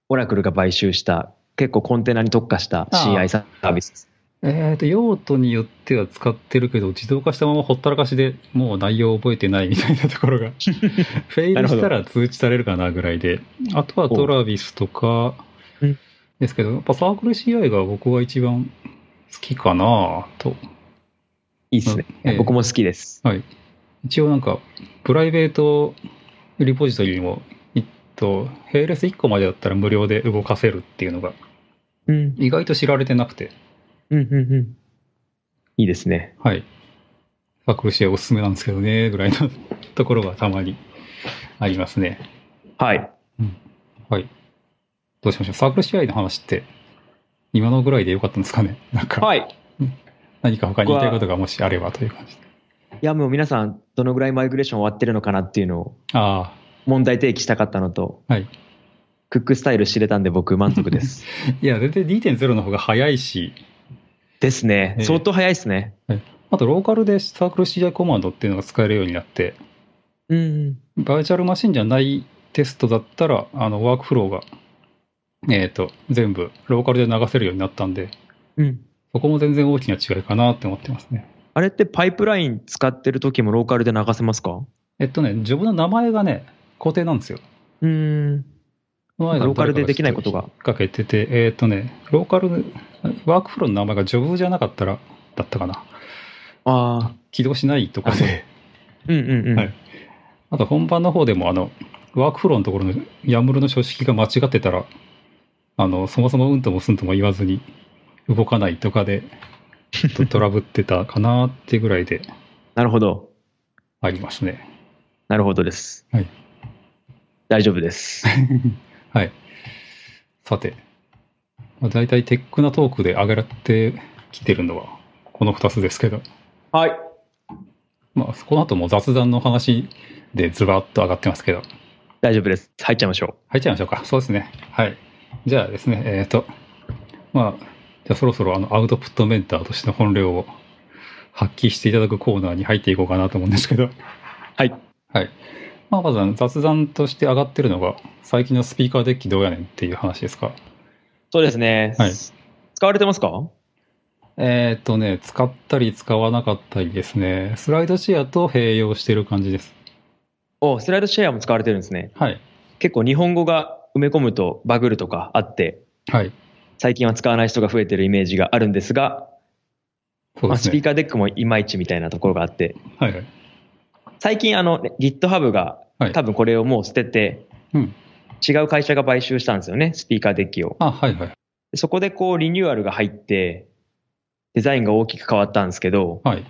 Speaker 2: オラクルが買収した結構コンテナに特化した
Speaker 1: あー
Speaker 2: CI サービスです
Speaker 1: えー、と用途によっては使ってるけど自動化したままほったらかしでもう内容覚えてないみたいなところがフェイルしたら通知されるかなぐらいであとはトラビスとか
Speaker 2: うん
Speaker 1: ですけどやっぱサークル CI が僕は一番好きかなと
Speaker 2: いいですね、
Speaker 1: うんええ
Speaker 2: 僕も好きです
Speaker 1: 一応なんかプライベートリポジトリにもえっと並列1個までだったら無料で動かせるっていうのが
Speaker 2: うん
Speaker 1: 意外と知られてなくて
Speaker 2: うんうんうんいいですね
Speaker 1: はい。サークル試合おすすめなんですけどね、ぐらいのところがたまにありますね。
Speaker 2: はい
Speaker 1: はい。どうしましょう。サークル試合の話って、今のぐらいでよかったんですかね。なんか、
Speaker 2: はい
Speaker 1: 何か他に言いたいことがもしあればという感じで。
Speaker 2: いやもう皆さんどのぐらいマイグレーション終わってるのかなっていうのを
Speaker 1: あ
Speaker 2: 問題提起したかったのと、
Speaker 1: はい
Speaker 2: クックスタイル知れたんで僕満足です
Speaker 1: あ。いや、全然2.0の方が早いし、
Speaker 2: ですね
Speaker 1: ええ
Speaker 2: 相当早いですね、
Speaker 1: あとローカルでサークル試合コマンドっていうのが使えるようになって、
Speaker 2: うん
Speaker 1: バーチャルマシンじゃないテストだったら、あの、ワークフローが、えっ、と、全部ローカルで流せるようになったんで、
Speaker 2: うん
Speaker 1: そこも全然大きな違いかなって思ってますね。
Speaker 2: あれってパイプライン使ってる時もローカルで流せますか
Speaker 1: えっとね、ジョブの名前がね、固定なんですよ。
Speaker 2: うん
Speaker 1: この間
Speaker 2: ローカルでできないこと。が
Speaker 1: かけてて、えっとね、ローカル、ワークフローの名前がジョブじゃなかったら、だったかな。
Speaker 2: ああ
Speaker 1: 起動しないとかで、
Speaker 2: うんうんうん、
Speaker 1: はいあと本番の方でも、あの、ワークフローのところのヤムルの書式が間違ってたら、あの、そもそもうんともすんとも言わずに動かないとかで、ちょっとトラブってたかなっていうぐらいで
Speaker 2: なるほど
Speaker 1: ありますね。
Speaker 2: なるほどです、
Speaker 1: はい
Speaker 2: 大丈夫です
Speaker 1: はい。さて、まあ、大体テックなトークで上がってきてるのはこの2つですけど、
Speaker 2: はい
Speaker 1: まあ、この後も雑談の話でズバッと上がってますけど、
Speaker 2: 大丈夫です。入っちゃいましょ
Speaker 1: 入っちゃいましょうか。そうですね。はい。じゃあですね、えっ、と、まあ、じゃあそろそろあのアウトプットメンターとしての本領を発揮していただくコーナーに入っていこうかなと思うんですけど、
Speaker 2: う。はい。
Speaker 1: はい。まあ、まずあの雑談として上がってるのが、最近のスピーカーデッキどうやねんっていう話ですか。
Speaker 2: そうですね。
Speaker 1: はい
Speaker 2: 使われてますか
Speaker 1: えっ、とね、使ったり使わなかったりですね、スライドシェアと併用してる感じです。
Speaker 2: おスライドシェアも使われてるんですね。
Speaker 1: はい。
Speaker 2: 結構日本語が埋め込むとバグるとかあって、
Speaker 1: はい。
Speaker 2: 最近は使わない人が増えてるイメージがあるんですが、
Speaker 1: そうで
Speaker 2: まあ、
Speaker 1: す
Speaker 2: スピー
Speaker 1: ね。
Speaker 2: カーデックもいまいちみたいなところがあって、
Speaker 1: はいはい。
Speaker 2: 最近あの GitHub が
Speaker 1: はい
Speaker 2: 多分これをもう捨てて、
Speaker 1: うん
Speaker 2: 違う会社が買収したんですよね、スピーカーデッキを。
Speaker 1: あ、はいはい。
Speaker 2: でそこでこうリニューアルが入って、デザインが大きく変わったんですけど、
Speaker 1: はい。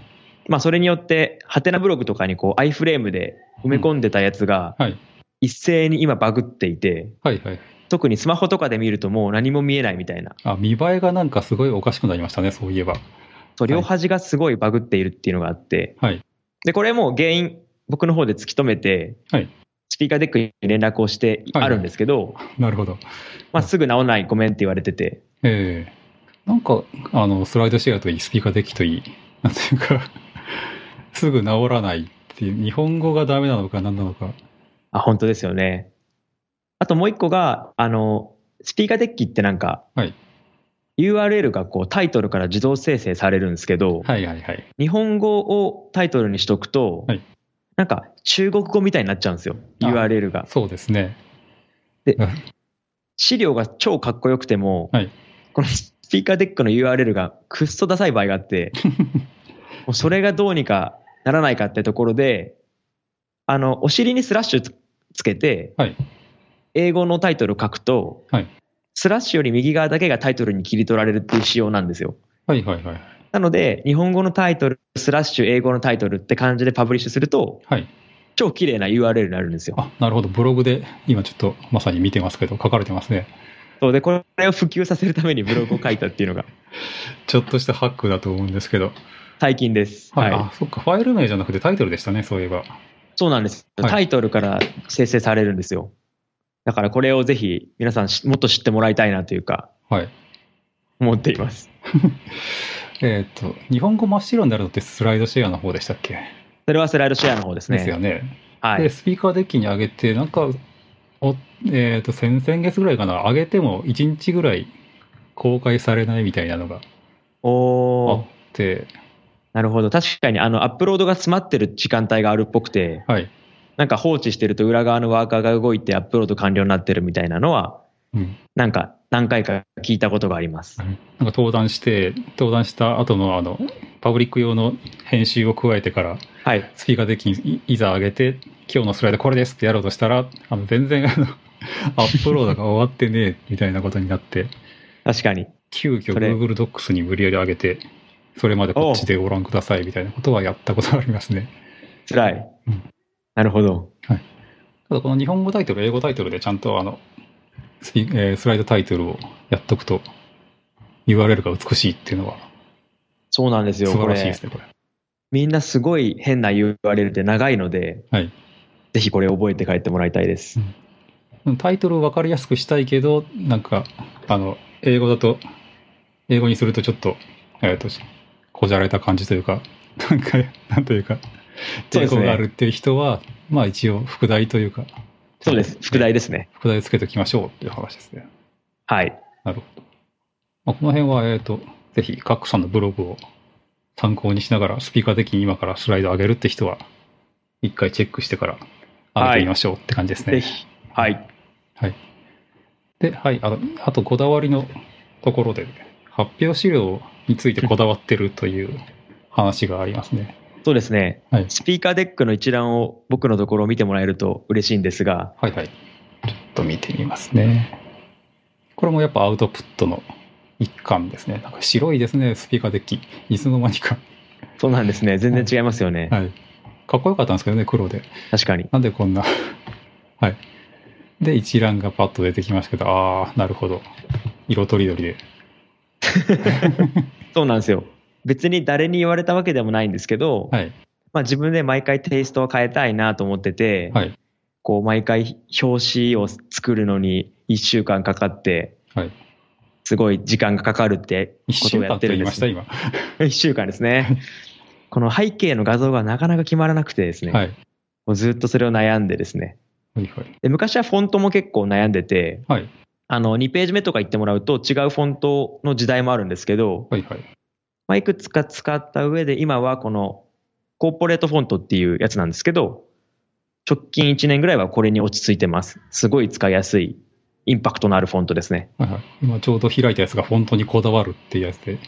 Speaker 2: まあそれによって、ハテナブログとかにこうアイフレームで埋め込んでたやつが
Speaker 1: うんはい、
Speaker 2: 一斉に今バグっていて、
Speaker 1: はいはい。
Speaker 2: 特にスマホとかで見るともう何も見えないみたいな、
Speaker 1: あ、見栄えがなんかすごいおかしくなりましたね、そういえば。
Speaker 2: そう
Speaker 1: はい
Speaker 2: 両端がすごいバグっているっていうのがあって、
Speaker 1: はい
Speaker 2: で、これも原因、僕の方で突き止めて、
Speaker 1: はい
Speaker 2: スピーカーデックに連絡をして
Speaker 1: はい
Speaker 2: あるんですけど、
Speaker 1: なるほど。
Speaker 2: まあ、すぐ直んない、ごめんって言われてて、
Speaker 1: ええなんか、あの、スライドシェアといい、スピーカーデッキといい、なんていうか、 すぐ治らないっていう、日本語がダメなのか何なのか。
Speaker 2: あ、本当ですよね。あともう一個が、あの、スピーカーデッキってなんか、
Speaker 1: はい
Speaker 2: URL がこうタイトルから自動生成されるんですけど、
Speaker 1: はいはいはい。
Speaker 2: 日本語をタイトルにしとくと、
Speaker 1: はい
Speaker 2: なんか中国語みたいになっちゃうんですよ、
Speaker 1: あ
Speaker 2: URL が。
Speaker 1: そうですね。
Speaker 2: 資料が超かっこよくても、
Speaker 1: はい
Speaker 2: このスピーカーデックの URL がくっそダサい場合があ って、もうそれがどうにかならないかってところで、あの、お尻にスラッシュつつけて、
Speaker 1: はい
Speaker 2: 英語のタイトル書くと、
Speaker 1: はい
Speaker 2: スラッシュより右側だけがタイトルに切り取られるっていう仕様なんですよ。
Speaker 1: はいはいはい。
Speaker 2: なので、日本語のタイトル、スラッシュ、英語のタイトルって感じでパブリッシュすると、
Speaker 1: はい。
Speaker 2: 超綺麗な URL になるんですよ。
Speaker 1: あ、なるほど。ブログで、今ちょっとまさに見てますけど、書かれてますね。
Speaker 2: そうで、これを普及させるためにブログを書いたっていうのが
Speaker 1: ちょっとしたハックだと思うんですけど。
Speaker 2: 最近です。
Speaker 1: はい。あ、そっか。ファイル名じゃなくてタイトルでしたね、そういえば。
Speaker 2: そうなんです、
Speaker 1: はい
Speaker 2: タイトルから生成されるんですよ。だからこれをぜひ皆さんしもっと知ってもらいたいなというか、
Speaker 1: はい。
Speaker 2: 思っています。
Speaker 1: えっ、と、日本語真っ白になるのってスライドシェアの方でしたっけ
Speaker 2: それはスライドシェアの方です
Speaker 1: です
Speaker 2: ね。
Speaker 1: よね。
Speaker 2: は
Speaker 1: で、
Speaker 2: い。
Speaker 1: スピーカーデッキに上げて、なんか、おえっ、と、先々月ぐらいかな、上げても1日ぐらい公開されないみたいなのがあ
Speaker 2: おー
Speaker 1: っ、て、
Speaker 2: なるほど。確かに、あの、アップロードが詰まってる時間帯があるっぽくて、
Speaker 1: はい。
Speaker 2: なんか放置してると裏側のワーカーが動いてアップロード完了になってるみたいなのは、
Speaker 1: うん。
Speaker 2: なんか何回か聞いたことがあります。
Speaker 1: なんか登壇して、登壇した後の、あの、パブリック用の編集を加えてから、
Speaker 2: はい。
Speaker 1: スピーカーデッキにいいざ上げて、今日のスライドこれですってやろうとしたら、あの、全然、あの、アップロードが終わってねえ、みたいなことになって、
Speaker 2: 確かに。
Speaker 1: 急遽
Speaker 2: それ
Speaker 1: Google Docs に無理やり上げて、それまでこっちでご覧くださいみたいなことはやったことがありますね。
Speaker 2: 辛い
Speaker 1: うん。
Speaker 2: なるほど。
Speaker 1: ただこの日本語タイトル、英語タイトルでちゃんとあの、スピえースライドタイトルをやっとくと URL が美しいっていうのは
Speaker 2: そうなんですよ。
Speaker 1: 素晴
Speaker 2: こ
Speaker 1: ら
Speaker 2: れ
Speaker 1: しいですね、これ。
Speaker 2: みんなすごい変な URL で長いので、
Speaker 1: はい
Speaker 2: ぜひこれ覚えて帰ってもらいたいです。
Speaker 1: タイトルを分かりやすくしたいけど、なんか、あの、英語だと、英語にするとちょっと、えっ、と、こじゃれた感じというか、 なんか、なんというか、
Speaker 2: そうで
Speaker 1: 抵
Speaker 2: す
Speaker 1: 抗
Speaker 2: ね
Speaker 1: があるっていう人は、まあ一応、副題というか、
Speaker 2: そうです。副題ですね。
Speaker 1: 副題つけておきましょうっていう話ですね。
Speaker 2: はい。
Speaker 1: なるほど。まあ、この辺は、えっ、と、ぜひ、カックさんのブログを参考にしながら、スピーカー的に今からスライド上げるって人は、一回チェックしてから上げてみましょうって感じですね。
Speaker 2: ぜひ。はい。
Speaker 1: で、はい、あのあと、こだわりのところで、発表資料についてこだわってるという話がありますね。
Speaker 2: そうですね。
Speaker 1: はい
Speaker 2: スピーカーデックの一覧を僕のところを見てもらえると嬉しいんですが、
Speaker 1: はいはい。ちょっと見てみますね。これもやっぱアウトプットの一環ですね。なんか白いですね、スピーカーデッキ。いつの間にか。
Speaker 2: そうなんですね。全然違いますよね。
Speaker 1: はい。かっこよかったんですけどね、黒で。
Speaker 2: 確かに。
Speaker 1: なんでこんな。 はい。で、一覧がパッと出てきましたけど、あー、なるほど。色とりどりで。
Speaker 2: そうなんですよ。別に誰に言われたわけでもないんですけど、
Speaker 1: はい。
Speaker 2: まあ自分で毎回テイストを変えたいなと思ってて、
Speaker 1: はい。
Speaker 2: こう毎回表紙を作るのに1週間かかって、
Speaker 1: はい。
Speaker 2: すごい時間がかかるって
Speaker 1: 1
Speaker 2: こ
Speaker 1: 週
Speaker 2: とをや
Speaker 1: 間
Speaker 2: って
Speaker 1: と
Speaker 2: る
Speaker 1: 言
Speaker 2: ん
Speaker 1: いま
Speaker 2: で
Speaker 1: し
Speaker 2: す
Speaker 1: た、
Speaker 2: ね。
Speaker 1: 今。
Speaker 2: 1週間ですね。この背景の画像がなかなか決まらなくてですね、
Speaker 1: はい。
Speaker 2: もうずっとそれを悩んでですね。
Speaker 1: はいはい。
Speaker 2: で昔はフォントも結構悩んでて、
Speaker 1: はい。
Speaker 2: あの、2ページ目とか行ってもらうと違うフォントの時代もあるんですけど、
Speaker 1: はいはい。
Speaker 2: まあ、いくつか使った上で今はこのコーポレートフォントっていうやつなんですけど、直近1年ぐらいはこれに落ち着いてます。すごい使いやすい、インパクトのあるフォントですね。
Speaker 1: はいはい、今ちょうど開いたやつがフォントにこだわるっていうやつで、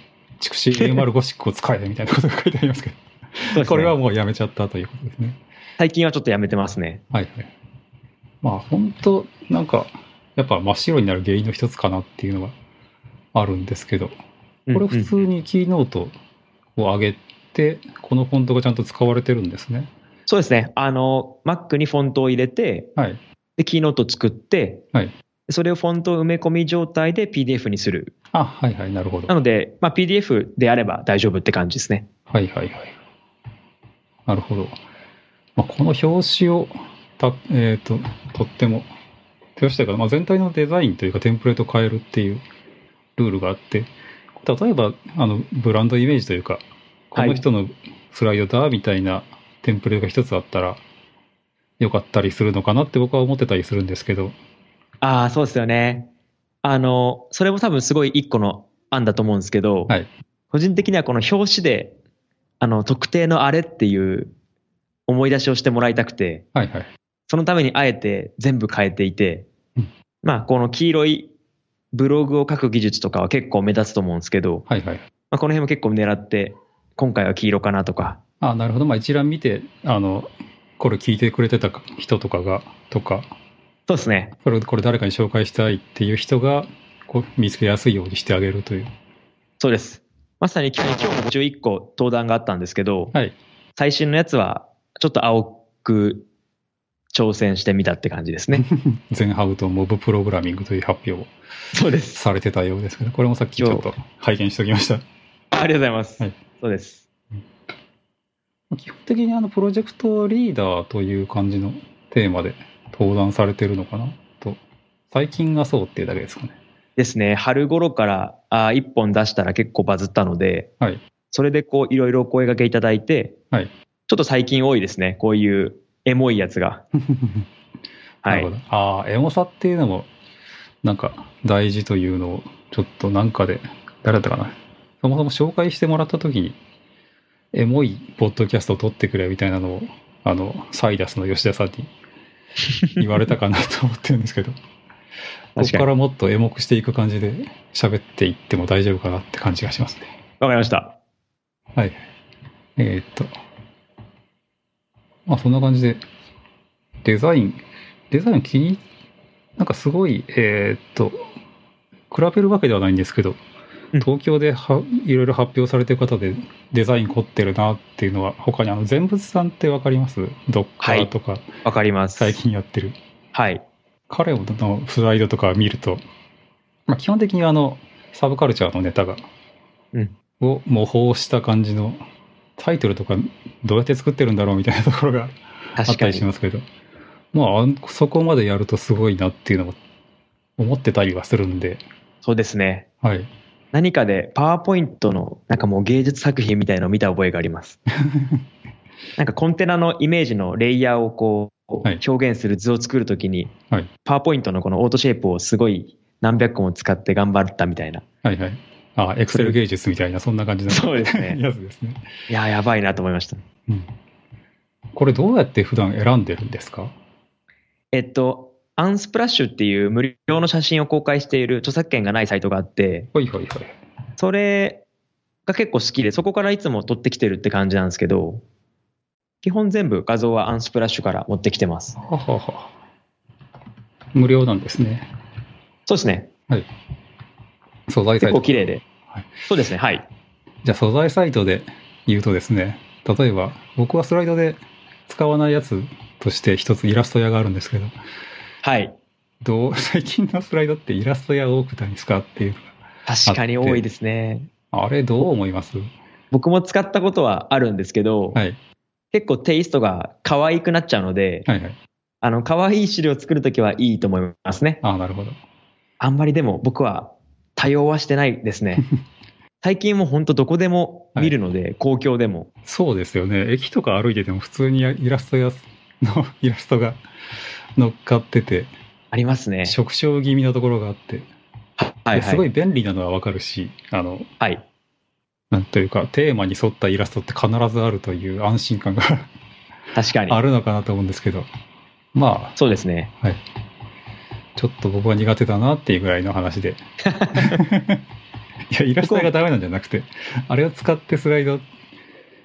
Speaker 1: 筑紫 AMR ゴシックを使えみたいなことが書いてありますけど、
Speaker 2: そうですね
Speaker 1: これはもうやめちゃったということですね。
Speaker 2: 最近はちょっとやめてますね。
Speaker 1: はいはい。まあ本当なんか、やっぱ真っ白になる原因の一つかなっていうのはあるんですけど、こ
Speaker 2: うん
Speaker 1: れ普通にキーノートを上げて、このフォントがちゃんと使われてるんですね。
Speaker 2: そうですね。あの、Mac にフォントを入れて、
Speaker 1: はい。
Speaker 2: で、キーノート作って、
Speaker 1: はい
Speaker 2: それをフォント埋め込み状態で PDF にする。
Speaker 1: あ、はいはい、なるほど。
Speaker 2: な
Speaker 1: はい
Speaker 2: ので、まあ、PDF であれば大丈夫って感じですね。
Speaker 1: はいはい。なるほど。まあ、この表紙をた、えっ、と、とっても、手をしたから、まあ、全体のデザインというかテンプレートを変えるっていうルールがあって、例えば、あの、ブランドイメージというか、この人のスライドだみたいなテンプレートが一つあったら、よかったりするのかなって僕は思ってたりするんですけど、
Speaker 2: ああ、そうですよね。あの、それも多分すごい一個の案だと思うんですけど、
Speaker 1: はい
Speaker 2: 個人的にはこの表紙で、あの、特定のあれっていう思い出しをしてもらいたくて、
Speaker 1: はいはい。
Speaker 2: そのためにあえて全部変えていて
Speaker 1: うん、
Speaker 2: まあ、この黄色いブログを書く技術とかは結構目立つと思うんですけど、
Speaker 1: はいはい。
Speaker 2: まあ、この辺も結構狙って、今回は黄色かなとか、
Speaker 1: あなるほど、まあ、一覧見てあのこれ聞いてくれてた人とかがとか
Speaker 2: そうですね。
Speaker 1: これこれ誰かに紹介したいっていう人がこう見つけやすいようにしてあげるという
Speaker 2: そうです。まさに今日今日も11個登壇があったんですけど、
Speaker 1: はい
Speaker 2: 最新のやつはちょっと青く挑戦してみたって感じですね。
Speaker 1: 全ハブとモブプログラミングという発表を
Speaker 2: そうです。
Speaker 1: されてたようですけどこれもさっきちょっと拝見しておきました
Speaker 2: ありがとうございます。
Speaker 1: はい
Speaker 2: そうです。
Speaker 1: 基本的にあのプロジェクトリーダーという感じのテーマで登壇されてるのかなと最近がそうっていうだけですかね
Speaker 2: ですね。春頃からあー1本出したら結構バズったので、
Speaker 1: はい
Speaker 2: それでこういろいろお声掛けいただいて、
Speaker 1: はい
Speaker 2: ちょっと最近多いですね。こういうエモいやつが。は
Speaker 1: なる
Speaker 2: い。
Speaker 1: ほどああ、エモさっていうのも、なんか大事というのを、ちょっとなんかで、誰だったかな。そもそも紹介してもらった時に、エモいポッドキャストを撮ってくれみたいなのを、あの、サイダスの吉田さん に言われたかなと思ってるんですけど、ここ
Speaker 2: 確か
Speaker 1: か
Speaker 2: に。わ
Speaker 1: らもっとエモくしていく感じで喋っていっても大丈夫かなって感じがしますね。
Speaker 2: かりました。
Speaker 1: はい。えーっと。まあ、そんな感じで、デザイン、デザイン気に、なんかすごい、えーっと、比べるわけではないんですけど、
Speaker 2: うん
Speaker 1: 東京ではいろいろ発表されてる方でデザイン凝ってるなっていうのは、他にあの、全仏さんってわかりますドッカーとか、
Speaker 2: わかります。
Speaker 1: 最近やってる。
Speaker 2: はい。
Speaker 1: 彼のスライドとか見ると、まあ、基本的にあのサブカルチャーのネタが、
Speaker 2: うん
Speaker 1: を模倣した感じのタイトルとかどうやって作ってるんだろうみたいなところがあっ
Speaker 2: 確
Speaker 1: た
Speaker 2: か
Speaker 1: り
Speaker 2: に
Speaker 1: し。ますけどまああんそこまでやるとすごいなっていうのも思ってたりはするんで、
Speaker 2: そうですね。
Speaker 1: はい、
Speaker 2: 何かでパワーポイントのなんかもう芸術作品みたいのを見た覚えがあります。 なんかコンテナのイメージのレイヤーをこう
Speaker 1: はい
Speaker 2: 表現する図を作るときに、
Speaker 1: はい
Speaker 2: パワーポイントのこのオートシェイプをすごい何百個も使って頑張ったみたいな。
Speaker 1: はいはいあエクセル芸術みたいなそんな感じの
Speaker 2: そうですね。
Speaker 1: やつですね、
Speaker 2: いや、やばいなと思いました。
Speaker 1: うん、これどうやって普段選んでるんですか
Speaker 2: えっと、アンスプラッシュっていう無料の写真を公開している著作権がないサイトがあって、
Speaker 1: はいはいはい
Speaker 2: それが結構好きで、そこからいつも撮ってきてるって感じなんですけど、基本全部画像はアンスプラッシュから持ってきてます。
Speaker 1: ははは無料なんですね
Speaker 2: そうですね。
Speaker 1: 素材サ
Speaker 2: 結
Speaker 1: イ
Speaker 2: 構
Speaker 1: ト。
Speaker 2: 綺麗で
Speaker 1: はい。
Speaker 2: そうですね。はい。
Speaker 1: じゃあ素材サイトで言うとですね、例えば僕はスライドで使わないやつとして一つイラスト屋があるんですけど、
Speaker 2: はい。
Speaker 1: どう 最近のスライドってイラスト屋多くないですかっていうの
Speaker 2: 確かに多いですね。
Speaker 1: があれどう思います
Speaker 2: 僕も使ったことはあるんですけど、
Speaker 1: はい。
Speaker 2: 結構テイストが可愛くなっちゃうので、
Speaker 1: はいはい。
Speaker 2: あの、可愛い資料作るときはいいと思いますね。
Speaker 1: ああ、なるほど。
Speaker 2: あんまりでも僕は多用はしてないで すね。最近も本当どこでも見るので、公共でも。
Speaker 1: そうですよね。駅とか歩いてても普通にイラストやの イラストが乗っかってて、
Speaker 2: ありますね。
Speaker 1: 触傷気味なところがあって、
Speaker 2: はい、
Speaker 1: で
Speaker 2: は
Speaker 1: すごい
Speaker 2: い。
Speaker 1: 便利なのはわかるし、あの、
Speaker 2: はい。
Speaker 1: なんというか、テーマに沿ったイラストって必ずあるという安心感が
Speaker 2: 確か
Speaker 1: あ
Speaker 2: に。
Speaker 1: るのかなと思うんですけど、まあ、
Speaker 2: そうですね。
Speaker 1: ちょっと僕は苦手だなっていうぐらいの話 で。いや、イラストがダメなんじゃなくて、あれを使ってスライド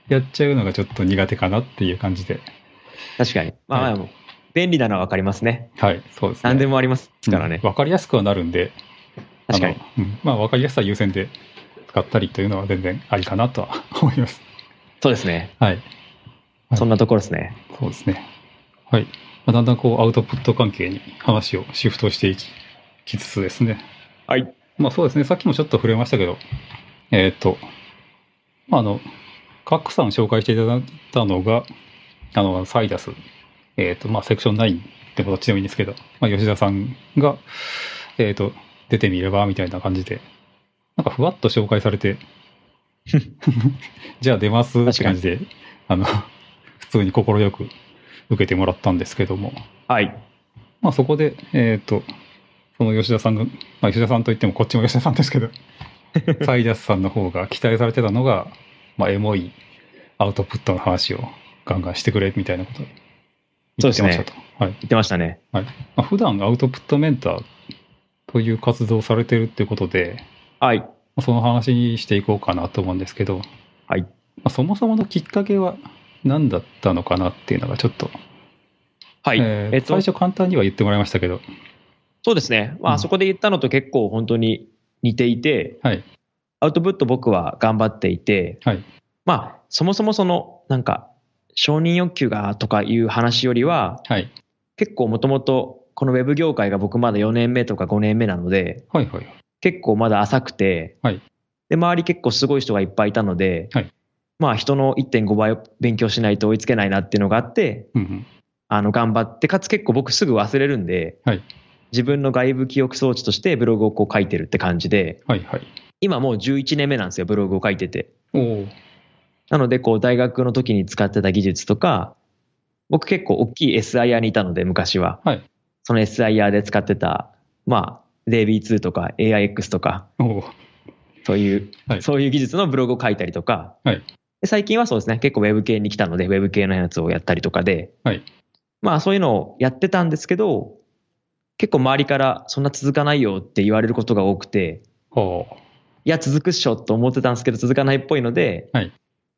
Speaker 1: やっちゃうのがちょっと苦手かなっていう感じで。
Speaker 2: 確かに。ま
Speaker 1: は
Speaker 2: あ、
Speaker 1: い
Speaker 2: でも便利なのはわかりますね。
Speaker 1: はい、そうですね。
Speaker 2: 何でもありますからね。
Speaker 1: うんわ、かりやすくはなるんで、
Speaker 2: 確かに。
Speaker 1: あの、うんまあ、わかりやすさ優先で使ったりというのは全然ありかなとは思います。
Speaker 2: そうですね。
Speaker 1: はい。はい
Speaker 2: そんなところですね。
Speaker 1: そうですね。はい。まあ、だんだんこう、アウトプット関係に話をシフトしていききつつですね。
Speaker 2: はい。
Speaker 1: まあそうですね、さっきもちょっと触れましたけど、えーっ、と、まああの、カックさん紹介していただいたのが、あの、サイダス、えーっ、と、まあセクション9ってことちでもいいんですけど、まあ吉田さんが、えーっ、と、出てみれば、みたいな感じで、なんかふわっと紹介されて、 じゃあ出ますって感じで、あの、普通に快く受けてもらったんですけども、
Speaker 2: はい。
Speaker 1: まあ、そこで、えっ、と、その吉田さんが、まあ、吉田さんといってもこっちも吉田さんです けど、サイダスさんの方が期待されてたのが、まあ、エモいアウトプットの話をガンガンしてくれみたいなことを言ってましたと。はい
Speaker 2: 言ってましたね。
Speaker 1: まあ、普段アウトプットメンターという活動をされてるってことで、
Speaker 2: はい。
Speaker 1: まあその話にしていこうかなと思うんですけど、
Speaker 2: はい
Speaker 1: まあ、そもそものきっかけは何だったのかなっていうのがちょっと、
Speaker 2: はい。
Speaker 1: えー
Speaker 2: えっと
Speaker 1: 最、初簡単には言ってもらいましたけど、
Speaker 2: そうですね。ま
Speaker 1: う
Speaker 2: あ、
Speaker 1: ん
Speaker 2: そこで言ったのと結構本当に似ていて、
Speaker 1: はい、
Speaker 2: アウトプット僕は頑張っていて、
Speaker 1: はい、
Speaker 2: まあ、そもそもその、なんか、承認欲求がとかいう話よりは、
Speaker 1: はい、
Speaker 2: 結構もともと、このウェブ業界が僕まだ4年目とか5年目なので、
Speaker 1: はい、はい。
Speaker 2: 結構まだ浅くて、
Speaker 1: はい
Speaker 2: で周り結構すごい人がいっぱいいたので、
Speaker 1: はい
Speaker 2: まあ人の1.5倍勉強しないと追いつけないなっていうのがあって
Speaker 1: うんうん
Speaker 2: あの頑張ってかつ結構僕すぐ忘れるんで、
Speaker 1: はい
Speaker 2: 自分の外部記憶装置としてブログをこう書いてるって感じで
Speaker 1: はいはい。
Speaker 2: 今もう11年目なんですよブログを書いてて
Speaker 1: おお。
Speaker 2: なのでこう大学の時に使ってた技術とか僕結構大きい SIR にいたので昔は、
Speaker 1: はい
Speaker 2: その SIR で使ってたまあ DB2 とか AIX とか
Speaker 1: おお。
Speaker 2: そういう、
Speaker 1: はい
Speaker 2: そういう技術のブログを書いたりとか、
Speaker 1: はい
Speaker 2: で最近はそうですね、結構ウェブ系に来たので、ウェブ系のやつをやったりとかで、
Speaker 1: はい
Speaker 2: まあそういうのをやってたんですけど、結構周りからそんな続かないよって言われることが多くて、
Speaker 1: ほ
Speaker 2: いや、続くっしょと思ってたんですけど、続かないっぽいので、
Speaker 1: はい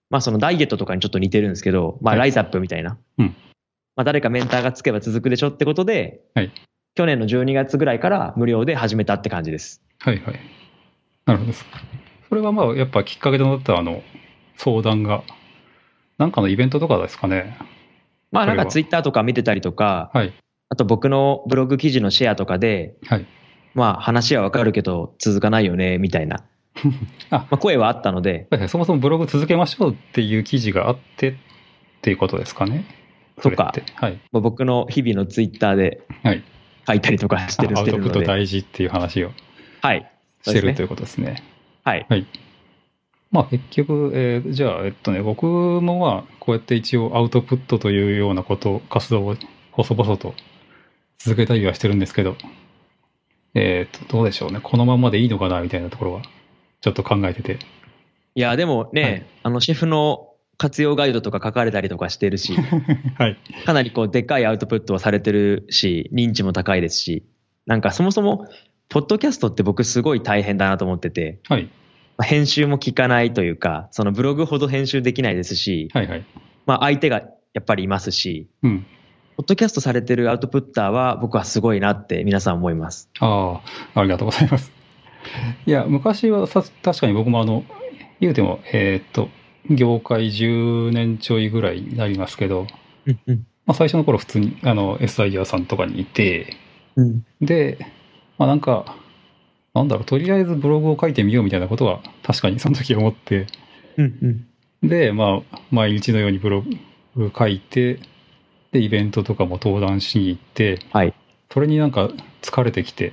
Speaker 2: まあそのダイエットとかにちょっと似てるんですけど、まあ
Speaker 1: はい
Speaker 2: ライザップみたいな、
Speaker 1: うん
Speaker 2: まあ誰かメンターがつけば続くでしょってことで、
Speaker 1: はい
Speaker 2: 去年の12月ぐらいから無料で始めたって感じです。
Speaker 1: う。はいはい。なるほどです。それはまあ、やっぱきっかけとなったあの、相談が、なんかのイベントとかですかね。
Speaker 2: まあな
Speaker 1: そ
Speaker 2: ん
Speaker 1: れ
Speaker 2: か
Speaker 1: は
Speaker 2: ツイッターとか見てたりとか、
Speaker 1: はい。
Speaker 2: あと僕のブログ記事のシェアとかで、
Speaker 1: はい。
Speaker 2: まあ話はわかるけど続かないよね、みたいな。
Speaker 1: あ
Speaker 2: まあ声はあったので、
Speaker 1: はいはいそもそもブログ続けましょうっていう記事があってっていうことですかね。
Speaker 2: とか
Speaker 1: それってはい。
Speaker 2: まあ僕の日々のツイッターで
Speaker 1: はい
Speaker 2: 書いたりとかしてる、
Speaker 1: あア
Speaker 2: し
Speaker 1: ウ
Speaker 2: て
Speaker 1: ト
Speaker 2: る
Speaker 1: プッ
Speaker 2: の
Speaker 1: ト
Speaker 2: で。
Speaker 1: 大事っていう話を
Speaker 2: はい。
Speaker 1: して
Speaker 2: そうです
Speaker 1: る
Speaker 2: ね
Speaker 1: ということですね。
Speaker 2: はい。
Speaker 1: まあ結局、えーじゃあ、えっとね、僕もまあ、こうやって一応アウトプットというようなこと、活動を細々と続けたりはしてるんですけど、えーっと、どうでしょうね。このままでいいのかな、みたいなところは、ちょっと考えてて。
Speaker 2: いや、でもね、
Speaker 1: はい
Speaker 2: あのシェフの活用ガイドとか書かれたりとかしてる し、
Speaker 1: はい。
Speaker 2: かなりこうでかいアウトプットはされてるし、認知も高いですし、なんかそもそも、ポッドキャストって僕すごい大変だなと思ってて、
Speaker 1: はい。
Speaker 2: まあ編集も効かないというか、そのブログほど編集できないですし、
Speaker 1: はいはい。
Speaker 2: まあ相手がやっぱりいますし、
Speaker 1: うん。
Speaker 2: ポッドキャストされてるアウトプッターは僕はすごいなって皆さん思います。
Speaker 1: ああ、ありがとうございます。いや、昔はさ、確かに僕もあの、言うても、えーっと、業界10年ちょいぐらいになりますけど、
Speaker 2: うんうん
Speaker 1: まあ最初の頃普通に、あの、SIR さんとかにいて、
Speaker 2: うん。
Speaker 1: で、まあなんか、なんだろう、とりあえずブログを書いてみようみたいなことは確かにその時思って、
Speaker 2: うんうん。
Speaker 1: で、まあ、毎日のようにブログ書いて、で、イベントとかも登壇しに行って、
Speaker 2: はい
Speaker 1: それになんか疲れてきて、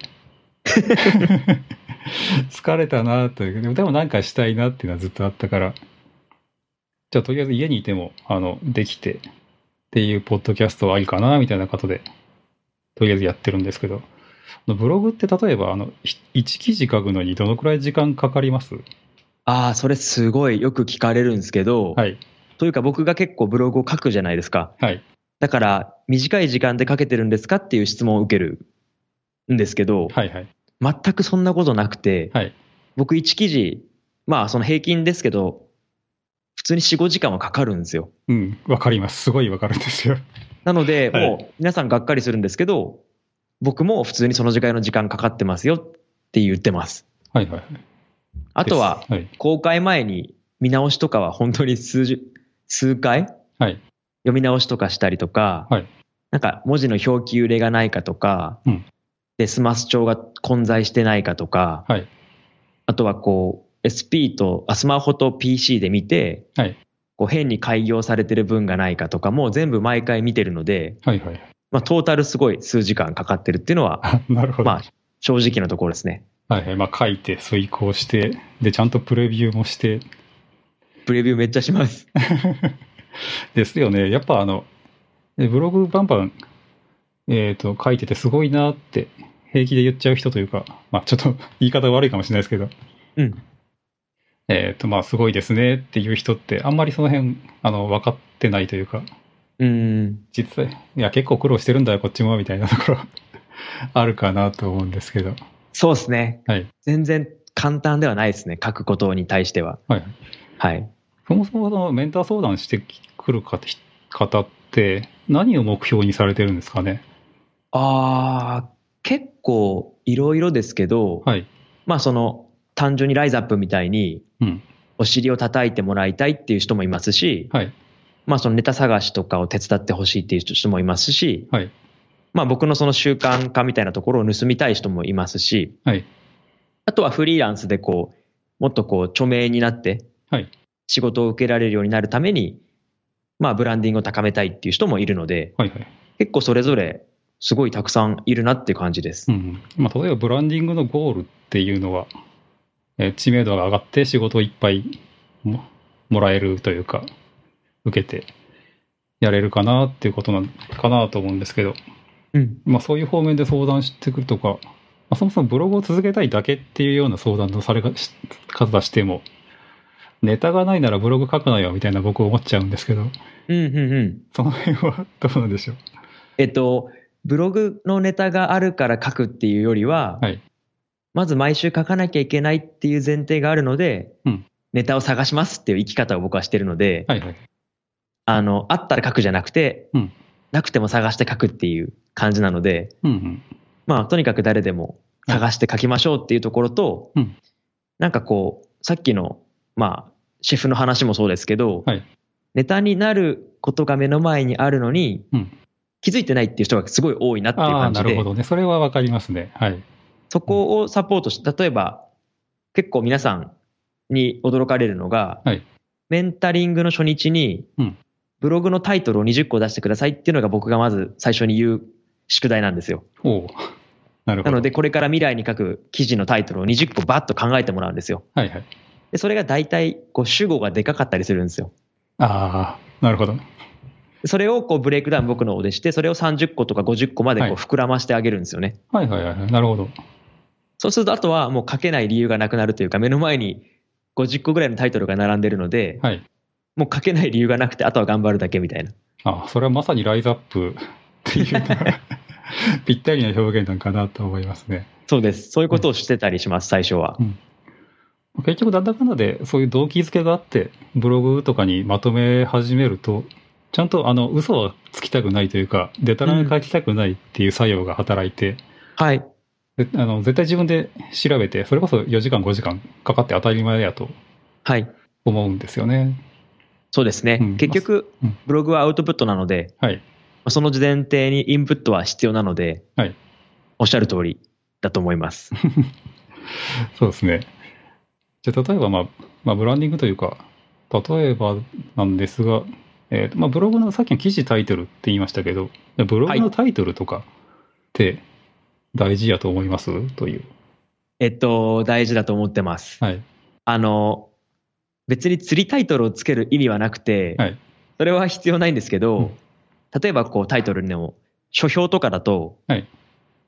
Speaker 1: 疲れたなという、でもでもなんかしたいなっていうのはずっとあったから、じゃあとりあえず家にいても、あの、できてっていうポッドキャストはありかな、みたいなことで、とりあえずやってるんですけど、あのブログって例えば、あの、1記事書くのにどのくらい時間かかります
Speaker 2: ああ、それすごいよく聞かれるんですけど、
Speaker 1: はい。
Speaker 2: というか僕が結構ブログを書くじゃないですか。
Speaker 1: はい。
Speaker 2: だから、短い時間で書けてるんですかっていう質問を受けるんですけど、
Speaker 1: はいはい。
Speaker 2: 全くそんなことなくて、
Speaker 1: はい
Speaker 2: 僕1記事、まあその平均ですけど、普通に4、5時間はかかるんですよ。
Speaker 1: うん、わかります。すごいわかるんですよ。
Speaker 2: なので、
Speaker 1: はい
Speaker 2: もう皆さんがっかりするんですけど、僕も普通にその時間の時間かかってますよって言ってます。
Speaker 1: はいはい。
Speaker 2: あとは
Speaker 1: で、すはい。
Speaker 2: 公開前に見直しとかは本当に数十、数回、
Speaker 1: はい
Speaker 2: 読み直しとかしたりとか、
Speaker 1: はい
Speaker 2: なんか文字の表記揺れがないかとか、
Speaker 1: うん
Speaker 2: で、スマス帳が混在してないかとか、
Speaker 1: はい
Speaker 2: あとはこう、SP と、あスマホと PC で見て、
Speaker 1: はい
Speaker 2: こう変に改行されてる文がないかとかも全部毎回見てるので、
Speaker 1: はいはい。
Speaker 2: まあ、トータルすごい数時間かかってるっていうのは、
Speaker 1: あなるほど。
Speaker 2: まあ、正直なところですね。
Speaker 1: はいはい。まあ、書いて、遂行して、で、ちゃんとプレビューもして、
Speaker 2: プレビューめっちゃします。
Speaker 1: ですよね。やっぱ、あの、えブログバンバン、えっ、と、書いててすごいなって、平気で言っちゃう人というか、まあ、ちょっと 言い方悪いかもしれないですけど、
Speaker 2: うん。
Speaker 1: えっ、と、まあ、すごいですねっていう人って、あんまりその辺、あの、分かってないというか、
Speaker 2: うん。
Speaker 1: 実際、いや、結構苦労してるんだよ、こっちも、みたいなところ、 あるかなと思うんですけど。
Speaker 2: そうですね。
Speaker 1: はい
Speaker 2: 全然簡単ではないですね。書くことに対しては。
Speaker 1: はい。
Speaker 2: はい。
Speaker 1: そもそもそのメンター相談してくる方方って何を目標にされてるんですかね
Speaker 2: ああ、結構いろいろですけど、
Speaker 1: はい。
Speaker 2: まあその単純にライズアップみたいに
Speaker 1: うん。
Speaker 2: お尻を叩いてもらいたいっていう人もいますし、
Speaker 1: はい。
Speaker 2: まあそのネタ探しとかを手伝ってほしいっていう人もいますし、
Speaker 1: はい
Speaker 2: まあ僕のその習慣化みたいなところを盗みたい人もいますし、
Speaker 1: はい
Speaker 2: あとはフリーランスでこう、もっとこう著名になって
Speaker 1: はい、
Speaker 2: 仕事を受けられるようになるために、まあブランディングを高めたいっていう人もいるので、
Speaker 1: はいはい。
Speaker 2: 結構それぞれすごいたくさんいるなっていう感じです
Speaker 1: う。ん。まあ、例えばブランディングのゴールっていうのは、えー知名度が上がって仕事をいっぱいももらえるというか、受けてやれるかなっていうことなんかなと思うんですけど、
Speaker 2: うん。
Speaker 1: まあそういう方面で相談してくるとか、まあ、そもそもブログを続けたいだけっていうような相談のされがし方しても、ネタがないならブログ書くなよみたいな僕思っちゃうんですけど、
Speaker 2: うん、うん、うん。
Speaker 1: その辺はどうなんでしょう。
Speaker 2: えっと、ブログのネタがあるから書くっていうよりは、
Speaker 1: はい
Speaker 2: まず毎週書かなきゃいけないっていう前提があるので、
Speaker 1: うん
Speaker 2: ネタを探しますっていう生き方を僕はしてるので、
Speaker 1: はいはい。
Speaker 2: あの、あったら書くじゃなくて、
Speaker 1: うん
Speaker 2: なくても探して書くっていう感じなので、
Speaker 1: うんうん。
Speaker 2: まあ、とにかく誰でも探して書きましょうっていうところと、
Speaker 1: うん
Speaker 2: なんかこう、さっきの、まあ、シェフの話もそうですけど、
Speaker 1: はい
Speaker 2: ネタになることが目の前にあるのに、
Speaker 1: うん
Speaker 2: 気づいてないっていう人がすごい多いなっていう
Speaker 1: ああ、
Speaker 2: 感
Speaker 1: な
Speaker 2: じ
Speaker 1: る
Speaker 2: で
Speaker 1: ほ、どね。それはわかりますね。はい。
Speaker 2: そこをサポートして、例えば、結構皆さんに驚かれるのが、
Speaker 1: はい
Speaker 2: メンタリングの初日に
Speaker 1: うん、
Speaker 2: ブログのタイトルを20個出してくださいっていうのが僕がまず最初に言う宿題なんですよ。
Speaker 1: おお。なるほど。
Speaker 2: なので、これから未来に書く記事のタイトルを20個バッと考えてもらうんですよ。
Speaker 1: はいはい。
Speaker 2: で、それが大体、こう、主語がでかかったりするんですよ。
Speaker 1: ああ、なるほど。
Speaker 2: でそれをこうブレイクダウン僕の方でして、それを30個とか50個までこう
Speaker 1: はい
Speaker 2: 膨らましてあげるんですよね。
Speaker 1: はいはいはい。なるほど。
Speaker 2: そうすると、あとはもう書けない理由がなくなるというか、目の前に50個ぐらいのタイトルが並んでるので、
Speaker 1: はい。
Speaker 2: もう書けない理由がなくて、あとは頑張るだけみたいな。
Speaker 1: ああ、それはまさにライズアップっていうの がぴったりな表現なんかなと思いますね。
Speaker 2: そうです。そういうことをしてたりします、最初は。
Speaker 1: 結局、なんだかんだで、そういう動機づけがあって、ブログとかにまとめ始めると、ちゃんと、あの、嘘はつきたくないというか、でたらめ書きたくないっていう作用が働いて、
Speaker 2: はい。
Speaker 1: であの、絶対自分で調べて、それこそ4時間、5時間かかって当たり前やと
Speaker 2: はい。
Speaker 1: 思うんですよね。
Speaker 2: そうですね。
Speaker 1: うん
Speaker 2: 結局
Speaker 1: うん、
Speaker 2: ブログはアウトプットなので、
Speaker 1: はい。
Speaker 2: まあその前提にインプットは必要なので、
Speaker 1: はい
Speaker 2: おっしゃる通りだと思 います。
Speaker 1: そうですね。じゃあ、例えば、まあ、まあ、ブランディングというか、例えばなんですが、えーとまあ、ブログのさっきの記事タイトルって言いましたけど、ブログのタイトルとかって大事やと思います、という。
Speaker 2: えっと、大事だと思ってます。
Speaker 1: はい。
Speaker 2: あの、別に釣りタイトルをつける意味はなくて、
Speaker 1: はい
Speaker 2: それは必要ないんですけど、
Speaker 1: うん
Speaker 2: 例えばこうタイトルの書評とかだと、
Speaker 1: はい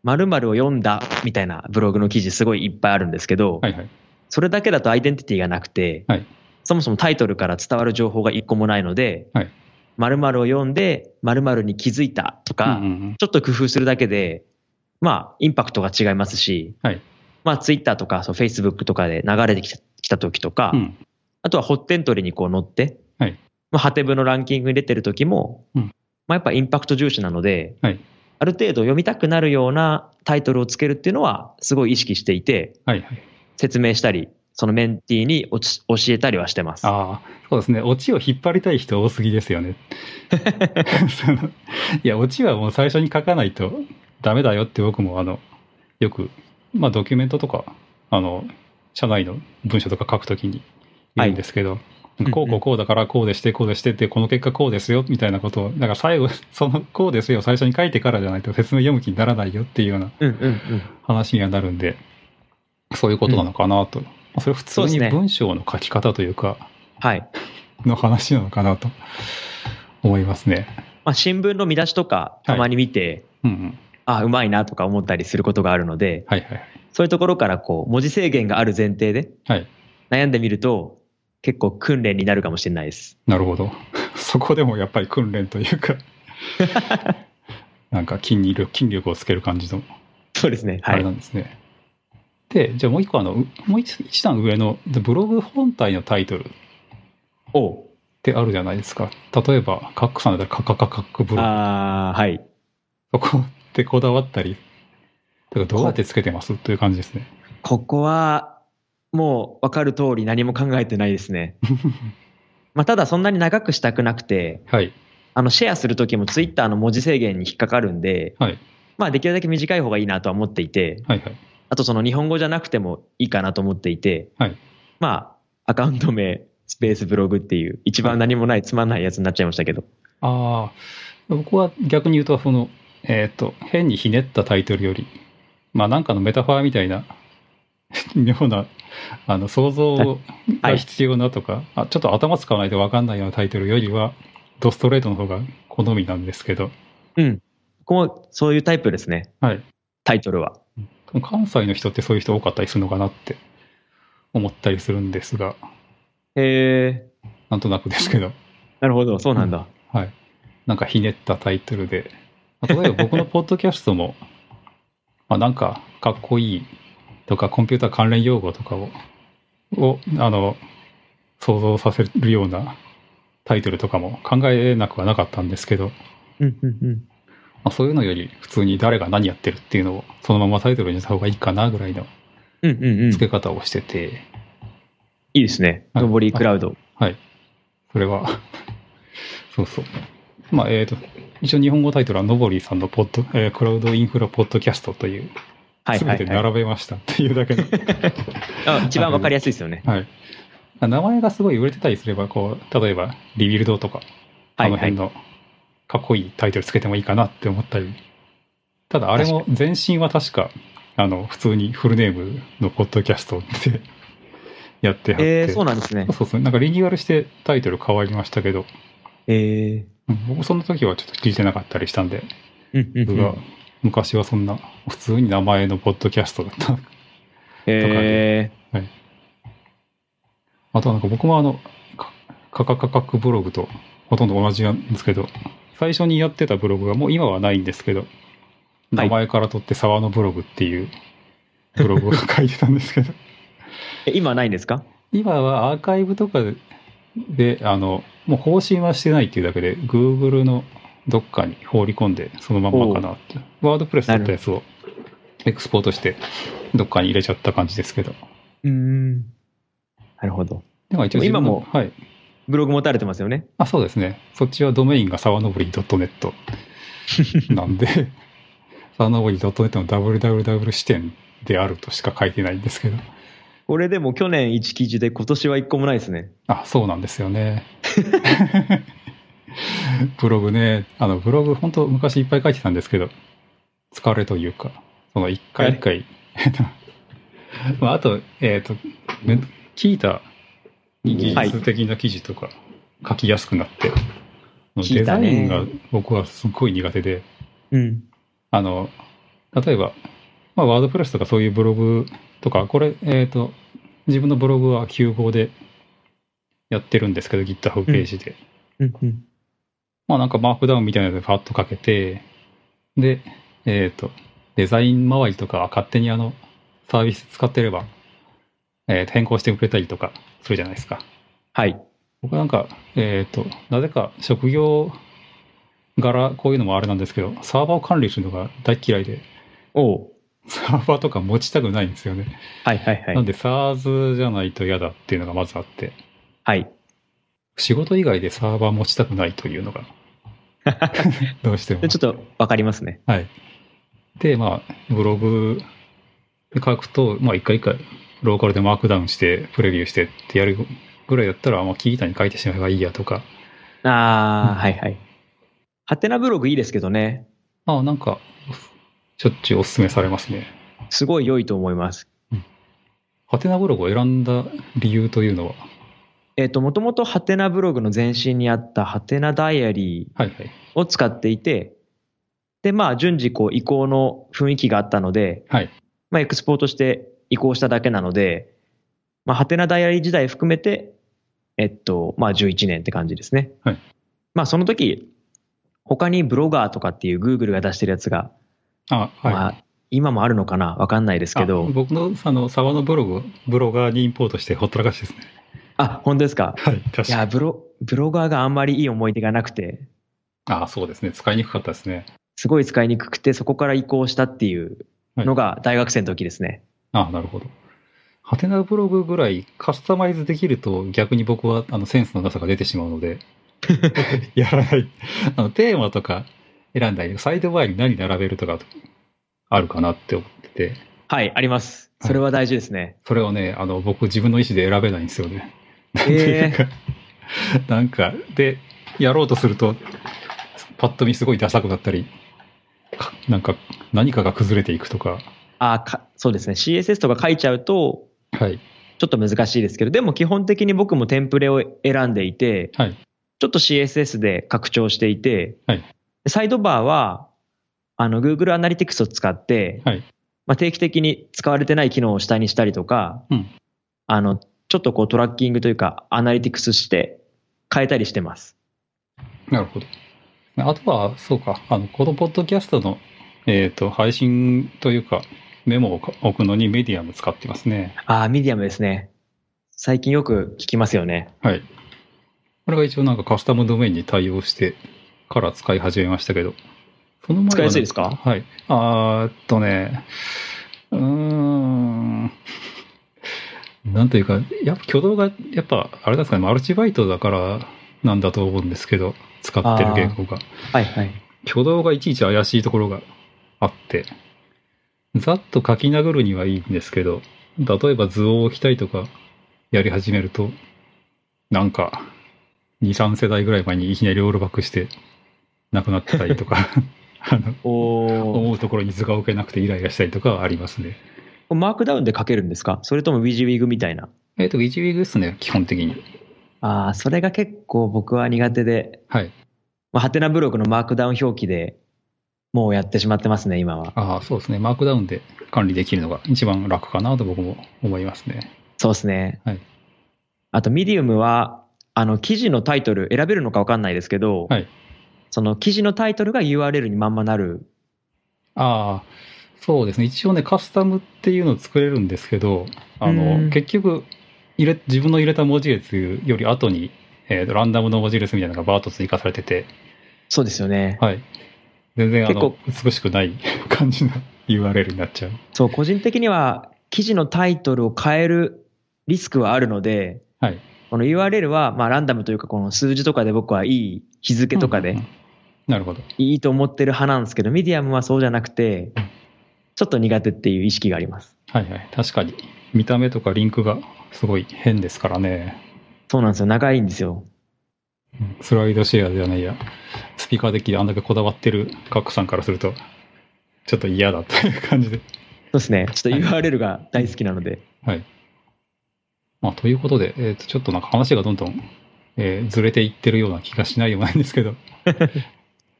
Speaker 2: 〇〇を読んだみたいなブログの記事すごいいっぱいあるんですけど、
Speaker 1: はいはい。
Speaker 2: それだけだとアイデンティティがなくて、
Speaker 1: はい
Speaker 2: そもそもタイトルから伝わる情報が一個もないので、
Speaker 1: はい
Speaker 2: 〇〇を読んで〇〇に気づいたとか、
Speaker 1: うんうんうん
Speaker 2: ちょっと工夫するだけで、まあ、インパクトが違いますし、
Speaker 1: はい
Speaker 2: まあ、ツイッターとか、そう、フェイスブックとかで流れてきたきた時とか、
Speaker 1: うん
Speaker 2: あとはホッテントリにこう乗って、
Speaker 1: はい
Speaker 2: まあ、ハテブのランキングに出てる時も、
Speaker 1: うん
Speaker 2: まあ、やっぱインパクト重視なので、
Speaker 1: はい
Speaker 2: ある程度読みたくなるようなタイトルをつけるっていうのは、すごい意識していて、
Speaker 1: はいはい。
Speaker 2: 説明したり、そのメンティーにおち教えたりはしてます。
Speaker 1: ああ、そうですね。オチを引っ張りたい人多すぎですよね。そのいや、オチはもう最初に書かないとダメだよって僕も、あの、よく、まあ、ドキュメントとか、あの、社内の文書とか書くときに言うんですけど、
Speaker 2: うんうん
Speaker 1: こうこうこうだからこうでしてこうでしてってこの結果こうですよみたいなことをなんか最後そのこうですよを最初に書いてからじゃないと説明読む気にならないよっていうような
Speaker 2: うんうんうん。
Speaker 1: 話にはなるんでそういうことなのかなと、まあそれ普通
Speaker 2: そうです
Speaker 1: に
Speaker 2: ね
Speaker 1: 文章の書き方というか
Speaker 2: はい。
Speaker 1: の話なのかなと思いますね。
Speaker 2: まあ、新聞の見出しとか、たまに見て、
Speaker 1: うんうん、
Speaker 2: あ、うまいなとか思ったりすることがあるので、
Speaker 1: はいはいはい。
Speaker 2: そういうところからこう文字制限がある前提で
Speaker 1: はい
Speaker 2: 悩んでみると結構訓練になるかもしれないです。
Speaker 1: なるほど。 そこでもやっぱり訓練という かなんか筋力筋力をつける感じの
Speaker 2: そうですね。
Speaker 1: あ
Speaker 2: は
Speaker 1: れ
Speaker 2: い。
Speaker 1: な
Speaker 2: うん
Speaker 1: ですね。で、じゃあもう一個あの、うもう一一段上のでブログ本体のタイトルっ
Speaker 2: おう
Speaker 1: てあるじゃないですか。例えば、カックさんだったらカカカカックブログ。
Speaker 2: あーはい。
Speaker 1: そこってこだわったり、だからどうやってつけてますという感じです ね。
Speaker 2: ここはもう分かる通り何も考えてないですね。まあ、ただそんなに長くしたくなくて、
Speaker 1: はい。
Speaker 2: あのシェアするときもツイッターの文字制限に引っかかるんで、
Speaker 1: はい。
Speaker 2: まあできるだけ短い方がいいなとは思っていて、
Speaker 1: はいはい。
Speaker 2: あとその日本語じゃなくてもいいかなと思っていて、
Speaker 1: はい
Speaker 2: まあアカウント名、スペースブログっていう一番何もないつまんないやつになっちゃいましたけど。
Speaker 1: ああ、僕は逆に言うと、その、えっ、と、変にひねったタイトルより、まあなんかのメタファーみたいな、 妙な、あの、想像
Speaker 2: は
Speaker 1: が
Speaker 2: い
Speaker 1: 必要なとか、あちょっと頭使わないと分かんないようなタイトルよりは、ドストレートの方が好みなんですけど、
Speaker 2: うん。こもそういうタイプですね。
Speaker 1: はい。
Speaker 2: タイトルは。
Speaker 1: 関西の人ってそういう人多かったりするのかなって思ったりするんですが、
Speaker 2: へえ。
Speaker 1: なんとなくですけど。
Speaker 2: なるほど、そうなんだ。
Speaker 1: はい。なんかひねったタイトルで。まあ例えば僕のポッドキャストも、 まあなんかかっこいいとかコンピューター関連用語とかを、を、あの、想像させるようなタイトルとかも考えなくはなかったんですけど、
Speaker 2: うん、うん、うん。
Speaker 1: まあ、そういうのより普通に誰が何やってるっていうのをそのままタイトルにした方がいいかなぐらいの
Speaker 2: うん、うん、うん。い
Speaker 1: 付け方をしてて、
Speaker 2: いですね。
Speaker 1: はい
Speaker 2: ノボリークラウド。
Speaker 1: それは、 そうそう。まあ、えっ、と、一応日本語タイトルは、のぼりさんのポッド、えークラウドインフラポッドキャストという、
Speaker 2: はい、
Speaker 1: す
Speaker 2: は
Speaker 1: べ
Speaker 2: い、
Speaker 1: て
Speaker 2: はい
Speaker 1: 並べましたっていうだけ の、はい
Speaker 2: あ。一番わかりやすいですよね。
Speaker 1: 名前がすごい売れてたりすれば、こう、例えば、リビルドとか、
Speaker 2: はい、
Speaker 1: あの
Speaker 2: はい
Speaker 1: 辺。の、かっこいいタイトルつけてもいいかなって思ったり、ただ、あれも、前身は確か、あの、普通にフルネームのポッドキャストで やってはって、
Speaker 2: えー、そうなんですね
Speaker 1: そう。そうそうなんかリニューアルしてタイトル変わりましたけど、
Speaker 2: えー。
Speaker 1: うん僕その時はちょっと聞いてなかったりしたんで、
Speaker 2: うん、うん、う
Speaker 1: 僕が
Speaker 2: ん。
Speaker 1: 昔はそんな普通に名前のポッドキャストだった。
Speaker 2: えー。
Speaker 1: あとなんか僕もあの、かカカカカクブログとほとんど同じなんですけど、最初にやってたブログがもう今はないんですけど、名前から取って沢のブログっていうブログを書いてたんですけど、
Speaker 2: え今はないんですか
Speaker 1: 今はアーカイブとかで、であの、もう更新はしてないっていうだけで、Google のどっかに放り込んで、そのまんまかなって。ワードプレスだったやつをエクスポートして、どっかに入れちゃった感じですけど。
Speaker 2: うーん。なるほど。
Speaker 1: でも一応
Speaker 2: でも今も
Speaker 1: 自分のはい。
Speaker 2: ブログ持たれてますよね。
Speaker 1: あ、そうですね。そっちはドメインが沢登り .net なんで、沢登り .net の www 視点であるとしか書いてないんですけど。
Speaker 2: これでも去年1記事で今年は1個もないですね。
Speaker 1: あ、そうなんですよね。 ブログね、あの、ブログ本当昔いっぱい書いてたんですけど、疲れというか、その一回一回、 まあ、あと、えっ、と、め聞いた技術的な記事とか書きやすくなって、
Speaker 2: 聞
Speaker 1: デ
Speaker 2: い
Speaker 1: ザ
Speaker 2: た
Speaker 1: イ
Speaker 2: ね
Speaker 1: ンが僕はすっごい苦手で、
Speaker 2: うん。
Speaker 1: あの、例えば、まあ、ワードプレスとかそういうブログとか、これ、えっ、と、自分のブログは9号でやってるんですけど、GitHub ページで。
Speaker 2: うん。うん。
Speaker 1: まあなんかマークダウンみたいなのでファッとかけて、で、えっ、と、デザイン周りとかは勝手にあの、サービス使ってれば、えーと変更してくれたりとかするじゃないですか。
Speaker 2: はい。
Speaker 1: 僕はなんか、えっ、と、なぜか職業柄、こういうのもあれなんですけど、サーバーを管理するのが大嫌いで、
Speaker 2: おう。
Speaker 1: サーバーとか持ちたくないんですよね。
Speaker 2: はいはいは
Speaker 1: なん
Speaker 2: い。
Speaker 1: で SARS じゃないと嫌だっていうのがまずあって、
Speaker 2: はい。
Speaker 1: 仕事以外でサーバー持ちたくないという のが、どうしても
Speaker 2: で。ちょっとわかりますね。
Speaker 1: はい。で、まあ、ブログで書くと、まあ、一回一回、ローカルでマークダウンして、プレビューしてってやるぐらいだったら、まあ、キータに書いてしまえばいいやとか、
Speaker 2: ああ、
Speaker 1: うん
Speaker 2: はいはい。ハテナブログいいですけどね。
Speaker 1: まあ、なんか、しょっちゅうお勧めされますね。
Speaker 2: すごい良いと思います。
Speaker 1: ハテナブログを選んだ理由というのは、
Speaker 2: えっ、と、もともとハテナブログの前身にあったハテナダイアリー
Speaker 1: はいはい。
Speaker 2: を使っていて、で、まあ、順次こう移行の雰囲気があったので、
Speaker 1: はい
Speaker 2: まあ、エクスポートして移行しただけなので、まあ、ハテナダイアリー時代含めて、えっと、まあ、11年って感じですね。
Speaker 1: はい
Speaker 2: まあ、その時、他にブロガーとかっていう Google が出してるやつが、
Speaker 1: あ、はい。
Speaker 2: まあ、今もあるのかなわかんないですけ
Speaker 1: あ
Speaker 2: ど、
Speaker 1: 僕の、あの、沢のブログ、ブロガーにインポートしてほったらかしですね。
Speaker 2: あ、本当ですか
Speaker 1: はい、確
Speaker 2: い
Speaker 1: か
Speaker 2: や、
Speaker 1: に。
Speaker 2: ブロ、ブロガーがあんまりいい思い出がなくて、
Speaker 1: あ、そうですね。使いにくかったですね。
Speaker 2: すごい使いにくくて、そこから移行したっていうのが大学生の時ですね。
Speaker 1: ああ、なるほど。ハテナブログぐらいカスタマイズできると逆に僕はあのセンスのなさが出てしまうので、 やらない。あのテーマとか選んだり、サイドバイに何並べるとかあるかなって思ってて、
Speaker 2: はい、あります。それは大事ですね。
Speaker 1: それをね、あの僕自分の意思で選べないんですよね。
Speaker 2: えー
Speaker 1: なんか、で、やろうとすると、パッと見すごいダサくなったり、かなんか何かが崩れていくとか、
Speaker 2: あかそうですね。CSS とか書いちゃうと、
Speaker 1: はい。
Speaker 2: ちょっと難しいですけど、でも基本的に僕もテンプレを選んでいて、
Speaker 1: はい
Speaker 2: ちょっと CSS で拡張していて、
Speaker 1: はい
Speaker 2: サイドバーは、あの、Google Analytics を使って、
Speaker 1: はい
Speaker 2: まあ、定期的に使われてない機能を下にしたりとか、
Speaker 1: うん
Speaker 2: あの、ちょっとこうトラッキングというか、アナリティクスして変えたりしてます。
Speaker 1: なるほど。あとは、そうか、あの、このポッドキャストの、えっ、と、配信というか、メモを置くのにメディアム使ってますね。
Speaker 2: ああ、ミディアムですね。最近よく聞きますよね。
Speaker 1: はい。これが一応なんかカスタムドメインに対応してから使い始めましたけど、その前はね
Speaker 2: 使いやすいですか
Speaker 1: はい。あーっとね、うーん、 なんというか、やっぱ挙動が、やっぱ、あれなんですかね、マルチバイトだからなんだと思うんですけど、使ってる言語が。
Speaker 2: はいはい。
Speaker 1: 挙動がいちいち怪しいところがあって、ざっと書き殴るにはいいんですけど、例えば図を置きたいとかやり始めると、なんか、2、3世代ぐらい前にいきなりオールバックして、なくなってたりとか、 あの、
Speaker 2: お
Speaker 1: 思うところに図が置けなくてイライラしたりとかはありますね。
Speaker 2: お。マークダウンで書けるんですかそれとも WYSIWYG みたいな。
Speaker 1: えっ、と、1ウィークですね、基本的に。
Speaker 2: ああ、それが結構僕は苦手で、
Speaker 1: はい。
Speaker 2: まあ、ハテナブログのマークダウン表記でもうやってしまってますね、今は。
Speaker 1: ああ、そうですね。マークダウンで管理できるのが一番楽かなと僕も思いますね。
Speaker 2: そうですね。
Speaker 1: はい
Speaker 2: あと、ミディウムは、あの、記事のタイトル選べるのかわかんないですけど、
Speaker 1: はい
Speaker 2: その記事のタイトルが URL にまんまなる。
Speaker 1: ああ、そうですね。一応ね、カスタムっていうのを作れるんですけど、あの、
Speaker 2: うん
Speaker 1: 結局入れ、自分の入れた文字列より後に、えーとランダムの文字列みたいなのがバーッと追加されてて、
Speaker 2: そうですよね。
Speaker 1: はい。全然、あの、
Speaker 2: 結
Speaker 1: 美しくない感じの URL になっちゃう。
Speaker 2: そう、個人的には記事のタイトルを変えるリスクはあるので、
Speaker 1: はい
Speaker 2: この URL は、まあ、ランダムというか、この数字とかで僕はいい日付とか
Speaker 1: うん
Speaker 2: で
Speaker 1: うんうんなるほど。
Speaker 2: いいと思ってる派なんですけど、ミディアムはそうじゃなくて
Speaker 1: うん、
Speaker 2: ちょっと苦手っていう意識があります。
Speaker 1: はいはい。確かに、見た目とかリンクがすごい変ですからね。
Speaker 2: そうなんですよ。長いんですよ。
Speaker 1: スライドシェアじゃないや、スピーカーデッキであんだけこだわってるカックさんからすると、ちょっと嫌だという感じで。
Speaker 2: そうですね。ちょっと URL が大好きなので。
Speaker 1: はい。まあ、ということで、えーと、ちょっとなんか話がどんどん、えーずれていってるような気がしないでもないんですけど。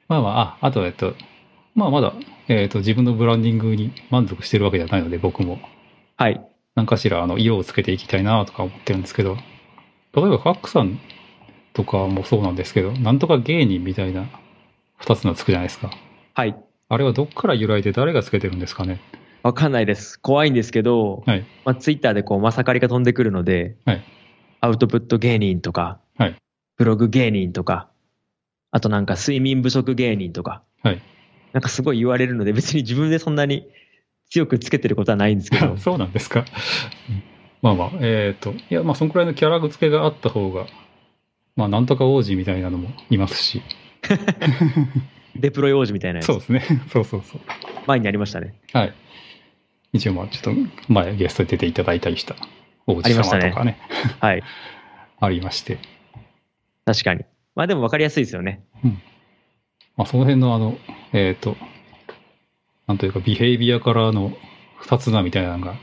Speaker 1: まあまあ、あ、あと、えっと、まあまだ、えっと、自分のブランディングに満足してるわけじゃないので、僕も。
Speaker 2: はい。
Speaker 1: 何かしら、あの、色をつけていきたいなとか思ってるんですけど、例えば、ファックさんとかもそうなんですけど、なんとか芸人みたいな二つのつくじゃないですか。
Speaker 2: はい。
Speaker 1: あれはどっから由来で誰がつけてるんですかね。
Speaker 2: わかんないです。怖いんですけど、
Speaker 1: はい
Speaker 2: まあ、ツイッターでこう、まさかりが飛んでくるので、
Speaker 1: はい
Speaker 2: アウトプット芸人とか、
Speaker 1: はい
Speaker 2: ブログ芸人とか、あとなんか睡眠不足芸人とか、
Speaker 1: はい
Speaker 2: なんかすごい言われるので、別に自分でそんなに強くつけてることはないんですけ ど、
Speaker 1: そうなんですか。まあまあ、えっ、と、いや、まあ、そんくらいのキャラ付けがあった方が、まあ、なんとか王子みたいなのもいますし、
Speaker 2: デプロイ王子みたいなやつ
Speaker 1: そう、ですね。 そうそうそう。
Speaker 2: 前にありましたね。
Speaker 1: はい。一応、まあ、ちょっと前、ゲストで出ていただいたりした王子
Speaker 2: あり
Speaker 1: 様
Speaker 2: ま
Speaker 1: と
Speaker 2: し
Speaker 1: か
Speaker 2: た
Speaker 1: ね、
Speaker 2: ね
Speaker 1: あり
Speaker 2: はい。
Speaker 1: まして、
Speaker 2: 確かに。まあでもわかりやすいです よね。
Speaker 1: まあ、その辺の、あの、えっ、と、なんというか、ビヘイビアからの二つだみたいなのが、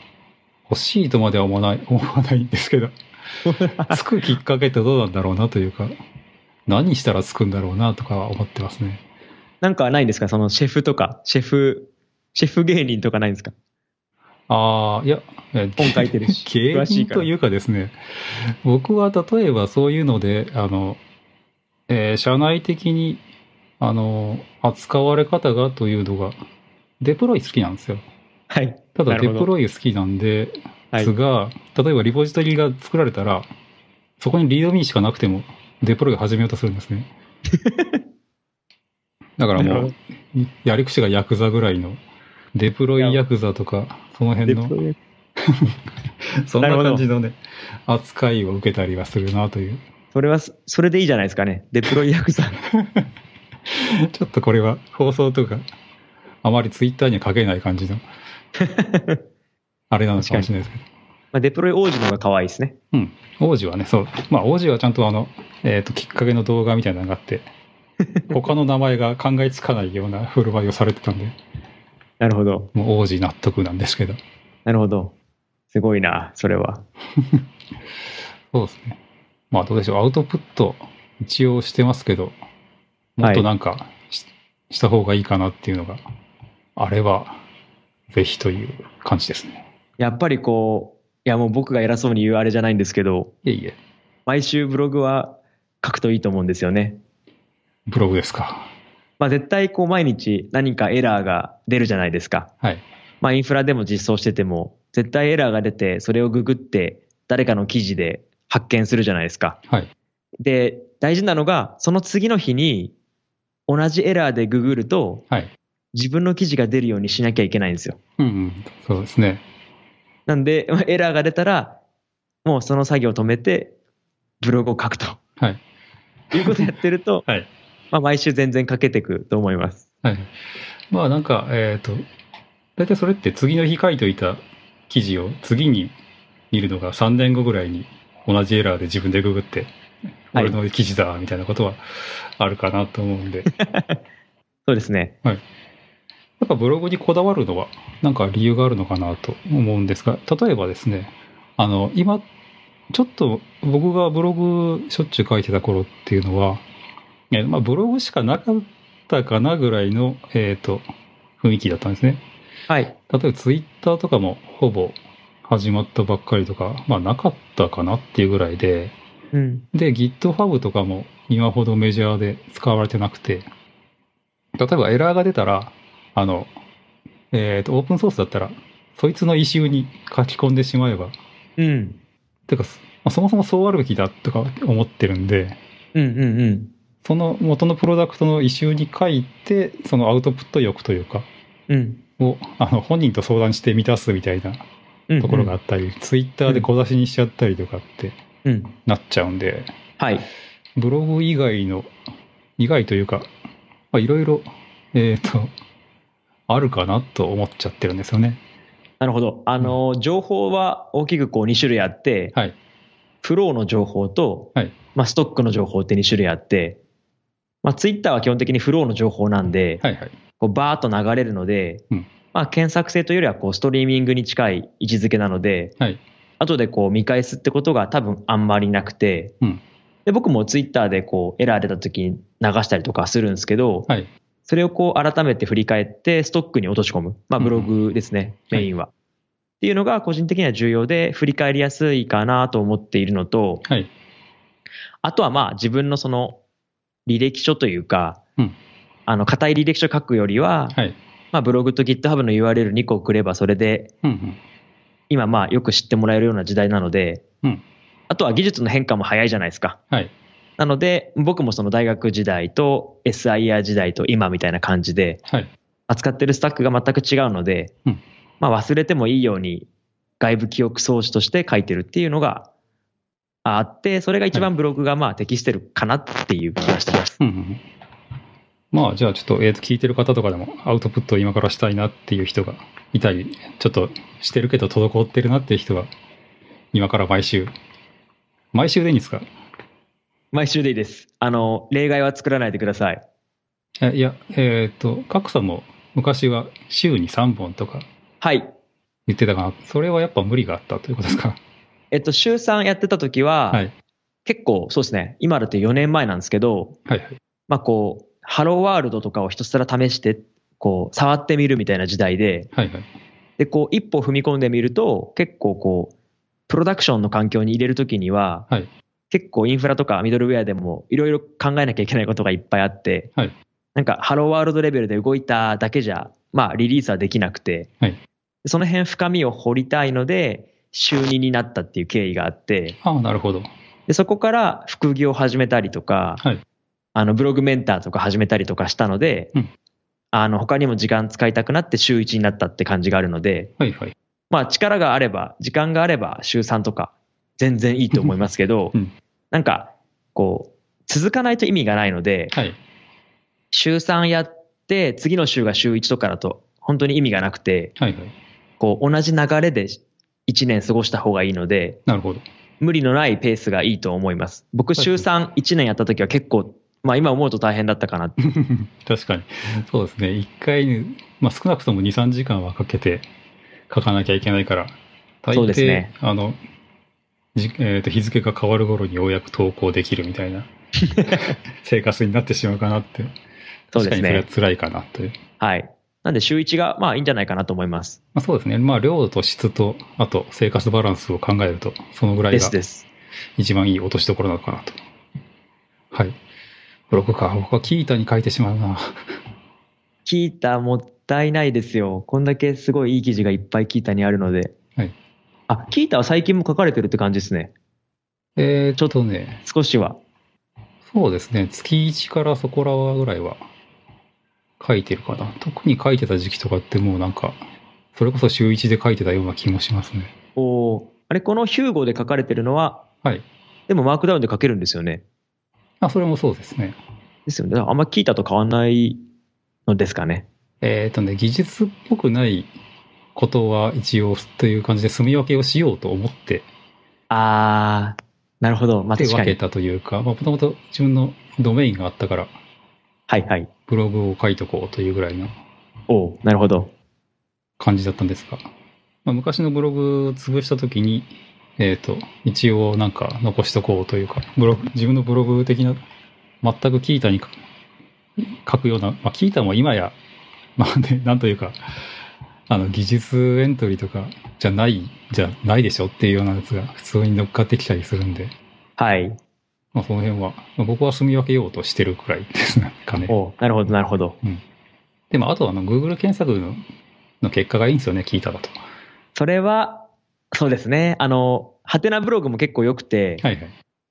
Speaker 1: 欲しいとまでは思わない、 思わないんですけど、つくきっかけってどうなんだろうなというか、何したらつくんだろうなとかは思ってますね。
Speaker 2: なんかないんですかそのシェフとか、シェフ、シェフ芸人とかないんですか
Speaker 1: ああ、いや、え
Speaker 2: 本書いて るし
Speaker 1: 芸
Speaker 2: 詳し
Speaker 1: 人
Speaker 2: いから
Speaker 1: というかですね、僕は例えばそういうので、あの、えー社内的に、あの、扱われ方がというのが、デプロイ好きなんですよ。
Speaker 2: はい。
Speaker 1: ただ
Speaker 2: な
Speaker 1: デ
Speaker 2: るほど
Speaker 1: プロイ好きなんで、
Speaker 2: はい
Speaker 1: す。が、例えばリポジトリが作られたら、そこにリードミーしかなくても、デプロイを始めようとするんです ね。だから
Speaker 2: なる
Speaker 1: も
Speaker 2: ほ
Speaker 1: う、やり口がヤクザぐらいの、デプロイヤクザとか、その辺
Speaker 2: デ
Speaker 1: の
Speaker 2: プ、ロイ
Speaker 1: そん
Speaker 2: な
Speaker 1: な
Speaker 2: るほど
Speaker 1: 感じのね、扱いを受けたりはするなという。
Speaker 2: それはす、それでいいじゃないですかね。デプロイヤク ザ。
Speaker 1: ちょっとこれは放送とか、あまりツイッターには書けない感じ の、あれなのかもしれないですけど。
Speaker 2: まあ、デプロイ王子の方が可愛いですね。
Speaker 1: 王子はね、そう。まあ王子はちゃんとあの、えっ、と、きっかけの動画みたいなのがあ って、他の名前が考えつかないような振る舞いをされてたんで、
Speaker 2: なるほど。
Speaker 1: もう王子納得なんですけど。
Speaker 2: なるほど。すごいな、それは。
Speaker 1: そうですね。まあどうでしょう。アウトプット、一応してますけど、もっとなんかし,、した方がいいかなっていうのがあれば、ぜひという感じですね。
Speaker 2: やっぱりこう、いやもう僕が偉そうに言うあれじゃないんですけど、
Speaker 1: いえいえ、
Speaker 2: 毎週ブログは書くといいと思うんですよね。
Speaker 1: ブログですか。
Speaker 2: まあ絶対こう毎日何かエラーが出るじゃないですか。
Speaker 1: はい。
Speaker 2: まあインフラでも実装してても、絶対エラーが出て、それをググって誰かの記事で発見するじゃないですか。
Speaker 1: はい。
Speaker 2: で、大事なのが、その次の日に同じエラーでググると、
Speaker 1: はい。
Speaker 2: 自分の記事が出るようにしなきゃいけないんですよ。
Speaker 1: うん、うん。そうですね。
Speaker 2: なんで、 まあエラーが出たら、もうその作業を止めて、ブログを書くと。
Speaker 1: はい。、
Speaker 2: いうことをやってると
Speaker 1: はい。
Speaker 2: まあ、毎週全然書けてくと思います。
Speaker 1: はい。まあなんか、えっ、と、大体それって次の日書いといた記事を次に見るのが3年後ぐらいに同じエラーで自分でググって、
Speaker 2: はい
Speaker 1: 俺の記事だみたいなことはあるかなと思うんで、 や
Speaker 2: そうですね。
Speaker 1: っぱブログにこだわるのはなんか理由があるのかなと思うんですが、例えばですね、あの、今、ちょっと僕がブログしょっちゅう書いてた頃っていうのは、えーまあ、ブログしかなかったかなぐらいの、えっ、と、雰囲気だったんですね。
Speaker 2: はい。
Speaker 1: 例えばツイッターとかもほぼ始まったばっかりとか、まあなかったかなっていうぐらいで、
Speaker 2: うん。
Speaker 1: で、GitHub とかも今ほどメジャーで使われてなくて、例えばエラーが出たら、あの、えっ、と、オープンソースだったら、そいつの異臭に書き込んでしまえば、
Speaker 2: うん。
Speaker 1: てか、まあそもそもそうあるべきだとか思ってるんで、
Speaker 2: うんうんうん。
Speaker 1: その元のプロダクトの異臭に書いて、そのアウトプット欲というか、
Speaker 2: うん。
Speaker 1: をあの本人と相談して満たすみたいな
Speaker 2: うん。
Speaker 1: ところがあったり、ツイッターで小出しにしちゃったりとかって
Speaker 2: うん。
Speaker 1: なっちゃうんで、
Speaker 2: はい。
Speaker 1: ブログ以外の、以外というか、まあいろいろ、えっ、と、あるかなと思っちゃってるんですよね。
Speaker 2: なるほど。あの、情報は大きくこう2種類あって、
Speaker 1: はい
Speaker 2: プロの情報と、
Speaker 1: はい
Speaker 2: まあ、ストックの情報って2種類あって、まあ、ツイッターは基本的にフローの情報なんで、
Speaker 1: はいはい。
Speaker 2: こうバーッと流れるので、
Speaker 1: うん
Speaker 2: まあ、検索性というよりはこうストリーミングに近い位置づけなので、
Speaker 1: はい
Speaker 2: 後でこう見返すってことが多分あんまりなくて、
Speaker 1: うん
Speaker 2: で僕もツイッターでこうエラー出た時に流したりとかするんですけど、
Speaker 1: はい
Speaker 2: それをこう改めて振り返ってストックに落とし込む、まあ、ブログですね、
Speaker 1: うん
Speaker 2: メインは。っていうのが個人的には重要で振り返りやすいかなと思っているのと、
Speaker 1: はい。
Speaker 2: あとはまあ自分のその履歴書というか、
Speaker 1: うん
Speaker 2: あの硬い履歴書書くよりは、
Speaker 1: はい。
Speaker 2: まあ、ブログと GitHub の URL2 個送ればそれで
Speaker 1: うんうん。
Speaker 2: 今まあよく知ってもらえるような時代なので、
Speaker 1: うん
Speaker 2: あとは技術の変化も早いじゃないですか。
Speaker 1: はい。
Speaker 2: なので僕もその大学時代と SIR 時代と今みたいな感じで
Speaker 1: はい。
Speaker 2: 扱ってるスタックが全く違うので、
Speaker 1: うん
Speaker 2: まあ、忘れてもいいように外部記憶装置として書いてるっていうのがあってそれが一番ブログがまあ適してるかなっていう気がしてます。
Speaker 1: うんうん。まあ、じゃあちょっと、えーと、聞いてる方とかでもアウトプットを今からしたいなっていう人がいたり、ちょっとしてるけど滞ってるなっていう人が、今から毎週、毎週でいいんですか
Speaker 2: 毎週でいいです。あの例外は作らないでください。
Speaker 1: えいや、えっ、と、格差も昔は週に3本とか
Speaker 2: はい
Speaker 1: 言ってたかな。それはやっぱ無理があったということですか。
Speaker 2: えっと、週3やってた時は、
Speaker 1: はい
Speaker 2: 結構そうですね、今だって4年前なんですけど、
Speaker 1: はいはい。
Speaker 2: まあこう、ハローワールドとかをひたすら試して、こう、触ってみるみたいな時代で、
Speaker 1: はいはい。
Speaker 2: で、こう、一歩踏み込んでみると、結構こう、プロダクションの環境に入れる時には、
Speaker 1: はい
Speaker 2: 結構インフラとかミドルウェアでもいろいろ考えなきゃいけないことがいっぱいあって、
Speaker 1: はい
Speaker 2: なんかハローワールドレベルで動いただけじゃ、まあリリースはできなくて、
Speaker 1: はい
Speaker 2: その辺深みを掘りたいので、週2になったっていう経緯があって、
Speaker 1: ああ、なるほど。
Speaker 2: でそこから副業を始めたりとか、
Speaker 1: はい
Speaker 2: あのブログメンターとか始めたりとかしたので、
Speaker 1: うん
Speaker 2: あの他にも時間使いたくなって週1になったって感じがあるので、
Speaker 1: はいはい。
Speaker 2: まあ、力があれば時間があれば週3とか全然いいと思いますけど、
Speaker 1: うん
Speaker 2: なんかこう続かないと意味がないので
Speaker 1: はい。
Speaker 2: 週3やって次の週が週1とかだと本当に意味がなくて
Speaker 1: はいはい。
Speaker 2: こう同じ流れで1年過ごした方がいいので
Speaker 1: なるほど。
Speaker 2: 無理のないペースがいいと思います僕
Speaker 1: はい
Speaker 2: 週31年やった時は結構まあ今思うと大変だったかな
Speaker 1: 確かに。そうですね。一回に、まあ、少なくとも2、3時間はかけて書かなきゃいけないから、大抵、
Speaker 2: そうですね
Speaker 1: あの、じえーと日付が変わる頃にようやく投稿できるみたい な生活になってしまうかなって、
Speaker 2: そ
Speaker 1: 確
Speaker 2: うで
Speaker 1: かにそ
Speaker 2: す
Speaker 1: れは
Speaker 2: ね
Speaker 1: 辛いかなという。
Speaker 2: はいなんで週1がまあいいんじゃないかなと思います
Speaker 1: まあ、そうですね。まあ、量と質と、あと生活バランスを考えると、そのぐらい
Speaker 2: で
Speaker 1: が
Speaker 2: すです
Speaker 1: 一番いい落としどころなのかなと。はい。ブログか。僕はキータに書いてしまうな。
Speaker 2: キータもったいないですよ。こんだけすごいいい記事がいっぱいキータにあるので。
Speaker 1: はい
Speaker 2: あ、キータは最近も書かれてるって感じですね。
Speaker 1: えー、ちょっとね、
Speaker 2: 少しは。
Speaker 1: そうですね。月1からそこらはぐらいは書いてるかな。特に書いてた時期とかってもうなんか、それこそ週1で書いてたような気もしますね。
Speaker 2: おーあれ、このヒューゴで書かれてるのは、
Speaker 1: はい
Speaker 2: でもマークダウンで書けるんですよね。
Speaker 1: あ、それもそうですね。
Speaker 2: ですよね。だからあんまキータと変わんないのですかね。
Speaker 1: えっ、とね、技術っぽくないことは一応という感じで住み分けをしようと思って
Speaker 2: あー、なるほど。まあ、
Speaker 1: 手
Speaker 2: 確
Speaker 1: 分
Speaker 2: か
Speaker 1: け
Speaker 2: に。
Speaker 1: たというか、まあもともと自分のドメインがあったから、
Speaker 2: はいはい。
Speaker 1: ブログを書いとこうというぐらいの
Speaker 2: おーなるほど。
Speaker 1: 感じだったんですが、まあ、昔のブログを潰した時に、えっと一応なんか残しとこうというかブログ自分のブログ的な全くキータに書くような、まあ、キータも今や、まあね、なんというかあの技術エントリーとかじゃないじゃないでしょっていうようなやつが普通に乗っかってきたりするんで、
Speaker 2: はい。
Speaker 1: まあ、その辺は、まあ、僕は住み分けようとしてるくらいですねかね。
Speaker 2: おーなるほど、なるほど。
Speaker 1: でもあとはあの Google 検索のの結果がいいんですよねキータだと。
Speaker 2: それは、そうですね。あの、ハテナブログも結構良くて、
Speaker 1: はいはい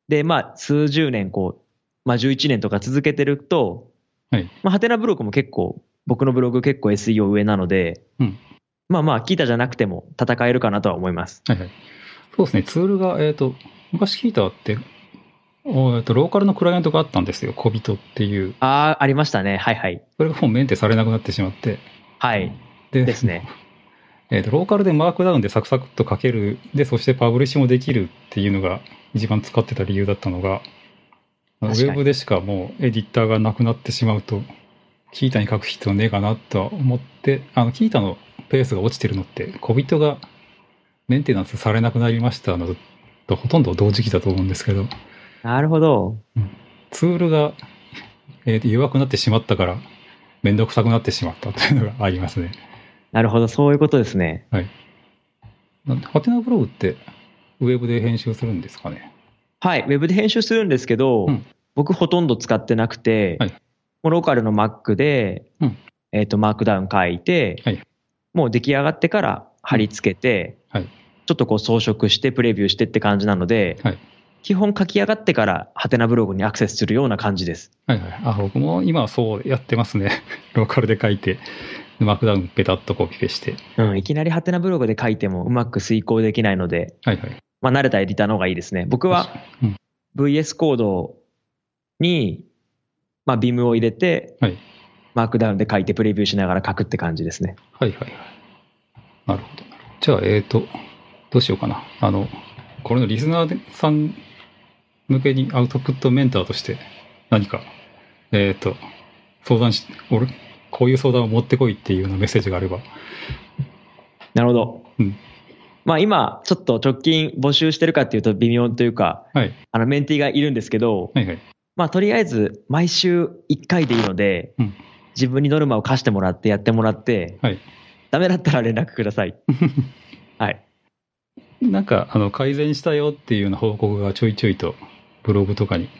Speaker 2: で、まあ、数十年、こう、まあ、11年とか続けてると、
Speaker 1: はい
Speaker 2: まあ、ハテナブログも結構、僕のブログ結構 SEO 上なので、
Speaker 1: うん
Speaker 2: まあまあ、聞いたじゃなくても戦えるかなとは思います。
Speaker 1: はいはい。そうですね、ツールが、えっ、と、昔聞いたって、おえーと、ローカルのクライアントがあったんですよ、小人っていう。
Speaker 2: ああ、ありましたね。はいはい。
Speaker 1: それがもうメンテされなくなってしまって。
Speaker 2: はい。
Speaker 1: で、
Speaker 2: ですね。
Speaker 1: えーと、ローカルでマークダウンでサクサクっと書ける、で、そしてパブリッシュもできるっていうのが、一番使ってた理由だったのが、ウ
Speaker 2: 確かに
Speaker 1: ェブでしかもうエディターがなくなってしまうと、キータに書く必要ねえかなとは思って、あの、キータのペースが落ちてるのって、小人がメンテナンスされなくなりましたのと、ほとんど同時期だと思うんですけど、
Speaker 2: なるほど。
Speaker 1: ツールが、えー弱くなってしまったから、めんどくさくなってしまったというのがありますね。
Speaker 2: なるほど。そういうことですね。
Speaker 1: なんでハテナブログって、ウェブで編集するんですかね。
Speaker 2: はい。ウェブで編集するんですけど、
Speaker 1: うん
Speaker 2: 僕ほとんど使ってなくて、
Speaker 1: はい
Speaker 2: もうローカルの Mac で、
Speaker 1: うん
Speaker 2: えっ、と、マークダウン書いて、
Speaker 1: はい
Speaker 2: もう出来上がってから貼り付けて、
Speaker 1: はい
Speaker 2: ちょっとこう装飾してプレビューしてって感じなので、
Speaker 1: はい
Speaker 2: 基本書き上がってからハテナブログにアクセスするような感じです。
Speaker 1: はいはい。あ、僕も今はそうやってますね。 ローカルで書いて、マークダウンペタッとコピペして。
Speaker 2: うん、いきなりハテナブログで書いてもうまく遂行できないので、
Speaker 1: はいはい。
Speaker 2: まあ、慣れたエディターの方がいいですね。僕は、
Speaker 1: うん
Speaker 2: VS コードに、まあ、ビムを入れて、
Speaker 1: はい
Speaker 2: マークダウンで書いてプレビューしながら書くって感じですね。
Speaker 1: はいはいはい。なるほど。じゃあ、えっ、と、どうしようかな。あの、これのリスナーさん向けにアウトプットメンターとして何か、えっ、と、相談し、俺、こういう相談を持ってこいっていうようなメッセージがあれば。
Speaker 2: なるほど。
Speaker 1: うん
Speaker 2: まあ、今、ちょっと直近募集してるかっていうと微妙というか、
Speaker 1: はい
Speaker 2: あのメンティーがいるんですけど、
Speaker 1: はいはい。
Speaker 2: まあ、とりあえず毎週1回でいいので、
Speaker 1: うん
Speaker 2: 自分にノルマを課してもらってやってもらって、
Speaker 1: はい
Speaker 2: ダメだったら連絡ください。はい。
Speaker 1: なんか、あの、改善したよっていうような報告がちょいちょいとブログとかに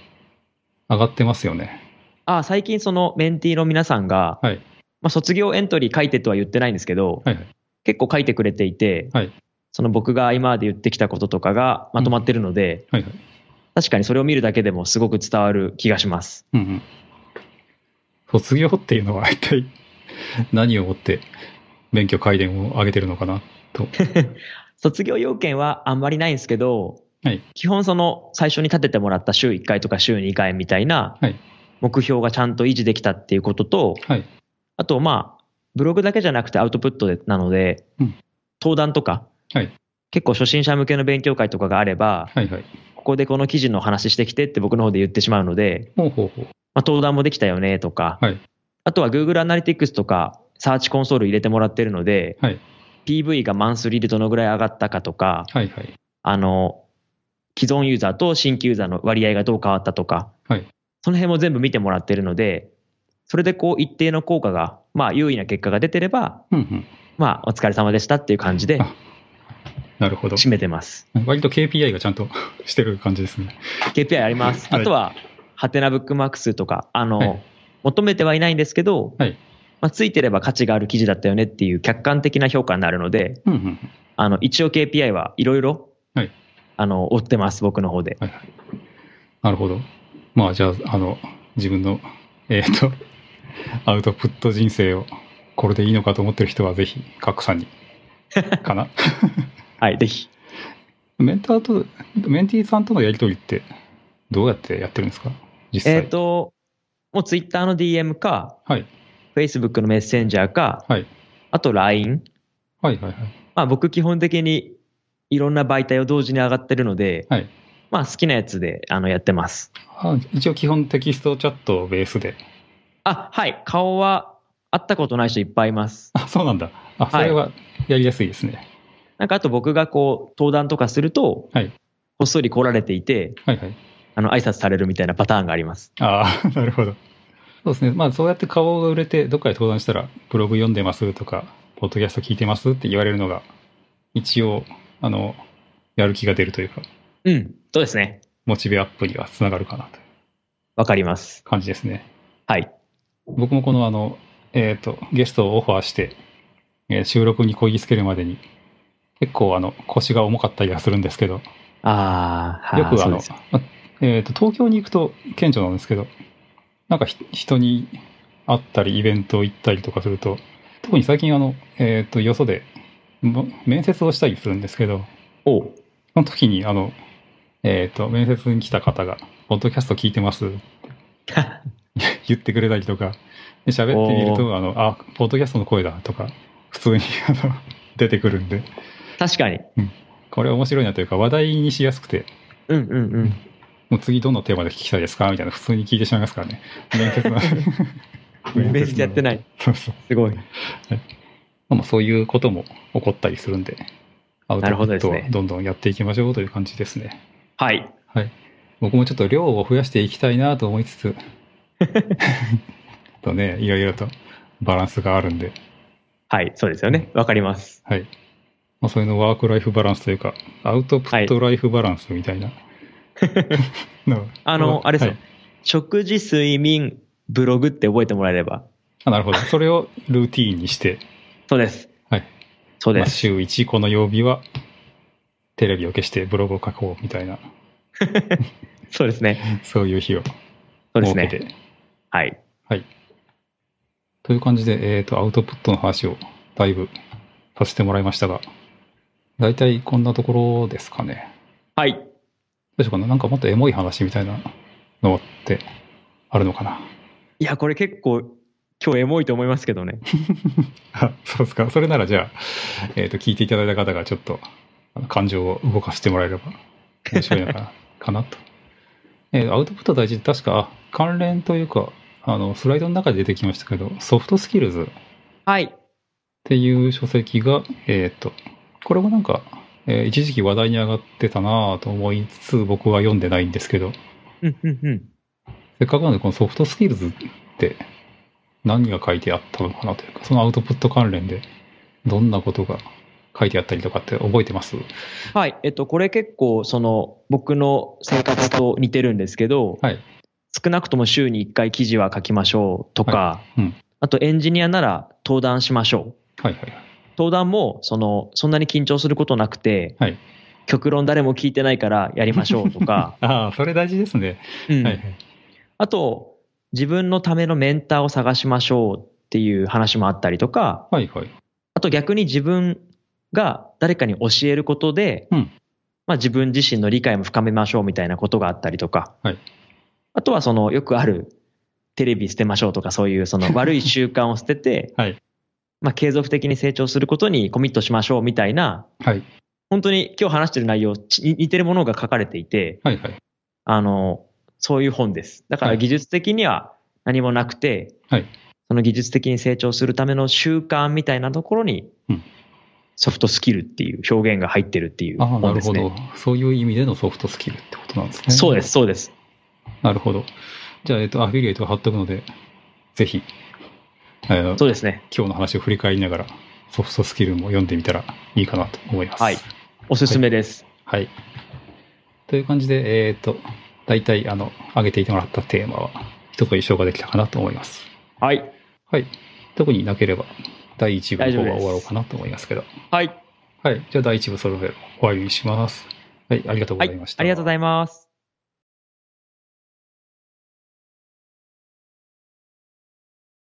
Speaker 1: 上がってますよね。
Speaker 2: ああ、最近そのメンティーの皆さんが、
Speaker 1: はい
Speaker 2: まあ、卒業エントリー書いてとは言ってないんですけど、
Speaker 1: はいはい。
Speaker 2: 結構書いてくれていて、
Speaker 1: はい
Speaker 2: その僕が今まで言ってきたこととかがまとまってるので、
Speaker 1: はいはい。
Speaker 2: 確かにそれを見るだけでもすごく伝わる気がします。
Speaker 1: うんうん。卒業っていうのは一体 何をもって免許改善を上げてるのかなと。
Speaker 2: 卒業要件はあんまりないんですけど、
Speaker 1: はい
Speaker 2: 基本その最初に立ててもらった週1回とか週2回みたいな
Speaker 1: はい
Speaker 2: 目標がちゃんと維持できたっていうことと、
Speaker 1: はい。
Speaker 2: あとまあ、ブログだけじゃなくてアウトプットでなので、
Speaker 1: うん
Speaker 2: 登壇とか、
Speaker 1: はい
Speaker 2: 結構初心者向けの勉強会とかがあれば、
Speaker 1: はいはい。
Speaker 2: ここでこの記事の話してきてって僕の方で言ってしまうので、
Speaker 1: ほうほうほう。
Speaker 2: まあ、登壇もできたよねとか、
Speaker 1: はい
Speaker 2: あとは Google アナリティクスとか、サーチコンソール入れてもらってるので、
Speaker 1: はい
Speaker 2: PV がマンスリーでどのぐらい上がったかとか、
Speaker 1: はいはい。
Speaker 2: あの、既存ユーザーと新規ユーザーの割合がどう変わったとか、
Speaker 1: はい
Speaker 2: その辺も全部見てもらってるので、それでこう一定の効果が、まあ優位な結果が出てれば、
Speaker 1: うんうん。
Speaker 2: まあお疲れ様でしたっていう感じで
Speaker 1: あなるほど。
Speaker 2: 締めてます。
Speaker 1: 割と KPI がちゃんと してる感じですね。
Speaker 2: KPI あります。
Speaker 1: はい
Speaker 2: あとは、ハテナブックマーク数とか、あの、
Speaker 1: はい
Speaker 2: 求めてはいないんですけど、
Speaker 1: はい
Speaker 2: まあ、ついてれば価値がある記事だったよねっていう客観的な評価になるので、
Speaker 1: うんうん。
Speaker 2: あの、一応 KPI はいろいろ
Speaker 1: はい、
Speaker 2: あの、追ってます、僕の方で。
Speaker 1: はいはい。なるほど。まあじゃあ、あの、自分の、えっ、と、 アウトプット人生をこれでいいのかと思ってる人はぜひ、カックさん に、かな。
Speaker 2: はい、ぜひ。
Speaker 1: メンターと、メンティーさんとのやりとりって、どうやってやってるんですか実際。
Speaker 2: えっ、と、もう Twitter の DM か、
Speaker 1: はい。
Speaker 2: Facebook のメッセンジャーか、
Speaker 1: はい
Speaker 2: あと LINE。
Speaker 1: はいはいはい。
Speaker 2: まあ僕基本的にいろんな媒体を同時に上がってるので、
Speaker 1: はい
Speaker 2: まあ好きなやつであのやってます。
Speaker 1: あ一応基本テキストチャットをベースで。
Speaker 2: あ、はい。顔は会ったことない人いっぱいいます。
Speaker 1: あ、そうなんだ。あ、それはやりやすいですね。
Speaker 2: なんかあと僕がこう登壇とかすると、
Speaker 1: はい
Speaker 2: こっそり来られていて、
Speaker 1: はいはい。
Speaker 2: あの挨拶されるみたいなパターンがあります。
Speaker 1: ああ、 なるほど。そうですね。まあそうやって顔が売れて、どっかで登壇したら、ブログ読んでますとか、ポッドキャスト聞いてますって言われるのが、一応、あの、やる気が出るというか、
Speaker 2: うん。そうですね。
Speaker 1: モチベアップにはつながるかなという
Speaker 2: わかります。
Speaker 1: 感じですね。
Speaker 2: はい。
Speaker 1: 僕もこのあの、えっ、と、ゲストをオファーして、えー収録にこぎつけるまでに、結構あの、腰が重かったりはするんですけど、
Speaker 2: あーあー、
Speaker 1: よくあ
Speaker 2: そう
Speaker 1: の、
Speaker 2: です
Speaker 1: あ えっ、と、東京に行くと顕著なんですけど、なんかひ人に会ったり、イベント行ったりとかすると、特に最近あの、えっ、と、よそで、も面接をしたりするんですけど、
Speaker 2: おう
Speaker 1: その時にあの、えっ、と、面接に来た方が、ポッドキャスト聞いて ます言ってくれたりとか、で喋ってみると、あの、あ、ポッドキャストの声だとか、普通にあの出てくるんで、
Speaker 2: 確かに。
Speaker 1: これ面白いなというか、話題にしやすくて、
Speaker 2: うんうんうん。。
Speaker 1: もう次どんなテーマで聞きたいですかみたいな、普通に聞いてしまいますからね。面接の
Speaker 2: 面接やって
Speaker 1: い。
Speaker 2: ない。
Speaker 1: そうそう。
Speaker 2: すごい。
Speaker 1: まあ、そういうことも起こったりするんで、アウト
Speaker 2: な
Speaker 1: プ
Speaker 2: るほど
Speaker 1: ッ
Speaker 2: です
Speaker 1: ト
Speaker 2: ね
Speaker 1: をどんどんやっていきましょうという感じですね。
Speaker 2: はい。
Speaker 1: 僕もちょっと量を増やしていきたいなと思いつ つ、とね、いろいろとバランスがあるんで、
Speaker 2: はい。そうですよね。わかります。
Speaker 1: はい。まあ、それのワークライフバランスというか、アウトプットライフバランスみたいな。 の
Speaker 2: あのあれですよ
Speaker 1: はい
Speaker 2: 食事、睡眠、ブログって覚えてもらえれば。
Speaker 1: あなるほど。それをルーティーンにして、
Speaker 2: そうです。
Speaker 1: はい。
Speaker 2: そう
Speaker 1: ま
Speaker 2: で
Speaker 1: あ、
Speaker 2: す。
Speaker 1: 週1この曜日はテレビを消してブログを書こうみたいな、
Speaker 2: そうですね。
Speaker 1: そういう日を
Speaker 2: そうで
Speaker 1: 設
Speaker 2: す
Speaker 1: け
Speaker 2: ね。
Speaker 1: て。
Speaker 2: はい。
Speaker 1: という感じで、えっ、と、アウトプットの話をだいぶさせてもらいましたが、だいたいこんなところですかね。
Speaker 2: はい。
Speaker 1: どうしようかな。なんかもっとエモい話みたいなのってあるのかな。
Speaker 2: いや、これ結構、今日エモいと思いますけどね。
Speaker 1: あそうですか。それならじゃあ、えっ、と、聞いていただいた方がちょっと、あの感情を動かしてもらえれば面白いのかな、 かなと。えーアウトプット大事で確か、あ関連というか、あの、スライドの中で出てきましたけど、ソフトスキルズ
Speaker 2: はい。
Speaker 1: っていう書籍が、えっ、と、これもなんか、えー一時期話題に上がってたなぁと思いつつ、僕は読んでないんですけど、
Speaker 2: うんうんうん。
Speaker 1: せっかくなんでこのソフトスキルズって何が書いてあったのかなというか、そのアウトプット関連でどんなことが書いてあったりとかって覚えてます
Speaker 2: はい。えっと、これ結構、その、僕の生活と似てるんですけど、
Speaker 1: はい
Speaker 2: 少なくとも週に1回記事は書きましょうとか、
Speaker 1: いうん
Speaker 2: あとエンジニアなら登壇しましょ
Speaker 1: はいはいは
Speaker 2: う。登壇も、その、そんなに緊張することなくて、
Speaker 1: はい、
Speaker 2: 極論誰も聞いてないからやりましょうとか
Speaker 1: ああ、それ大事ですね。
Speaker 2: うん
Speaker 1: はいはい。
Speaker 2: あと、自分のためのメンターを探しましょうっていう話もあったりとか、
Speaker 1: はいはい。
Speaker 2: あと逆に自分が誰かに教えることで、
Speaker 1: うん
Speaker 2: まあ、自分自身の理解も深めましょうみたいなことがあったりとか、
Speaker 1: はい
Speaker 2: あとはそのよくあるテレビ捨てましょうとかそういうその悪い習慣を捨て て、
Speaker 1: はい
Speaker 2: まあ、継続的に成長することにコミットしましょうみたいな
Speaker 1: はい
Speaker 2: 本当に今日話してる内容ち似てるものが書かれていて
Speaker 1: はいはい。
Speaker 2: あのそういう本ですだか
Speaker 1: は
Speaker 2: ら
Speaker 1: い
Speaker 2: 技術的には何もなくて、
Speaker 1: はい
Speaker 2: その技術的に成長するための習慣みたいなところに、
Speaker 1: うん
Speaker 2: ソフトスキルっていう表現が入ってるっていう
Speaker 1: ああ、な
Speaker 2: 本
Speaker 1: る
Speaker 2: です
Speaker 1: ほ
Speaker 2: ね
Speaker 1: ど。そういう意味でのソフトスキルってことなんですね。
Speaker 2: そうです。そうです
Speaker 1: なるほど。じゃあ、えっと、アフィリエイトを貼っとくので、ぜひ、あの
Speaker 2: そうですね
Speaker 1: 今日の話を振り返りながら、ソフトスキルも読んでみたらいいかなと思います。
Speaker 2: はいおすすめです
Speaker 1: はい。という感じで、えっ、と、大体、あの、挙げていてもらったテーマは、一通り消化できたかなと思います。
Speaker 2: はい
Speaker 1: はい。特になければ、第1部の方
Speaker 2: 大丈夫
Speaker 1: は
Speaker 2: です
Speaker 1: 終わろうかなと思いますけど。
Speaker 2: はい、
Speaker 1: はい。じゃあ、第1部それぞれ終わりにします。はい。ありがとうご
Speaker 2: は
Speaker 1: ざい
Speaker 2: い
Speaker 1: まし、た。
Speaker 2: ありがとうございます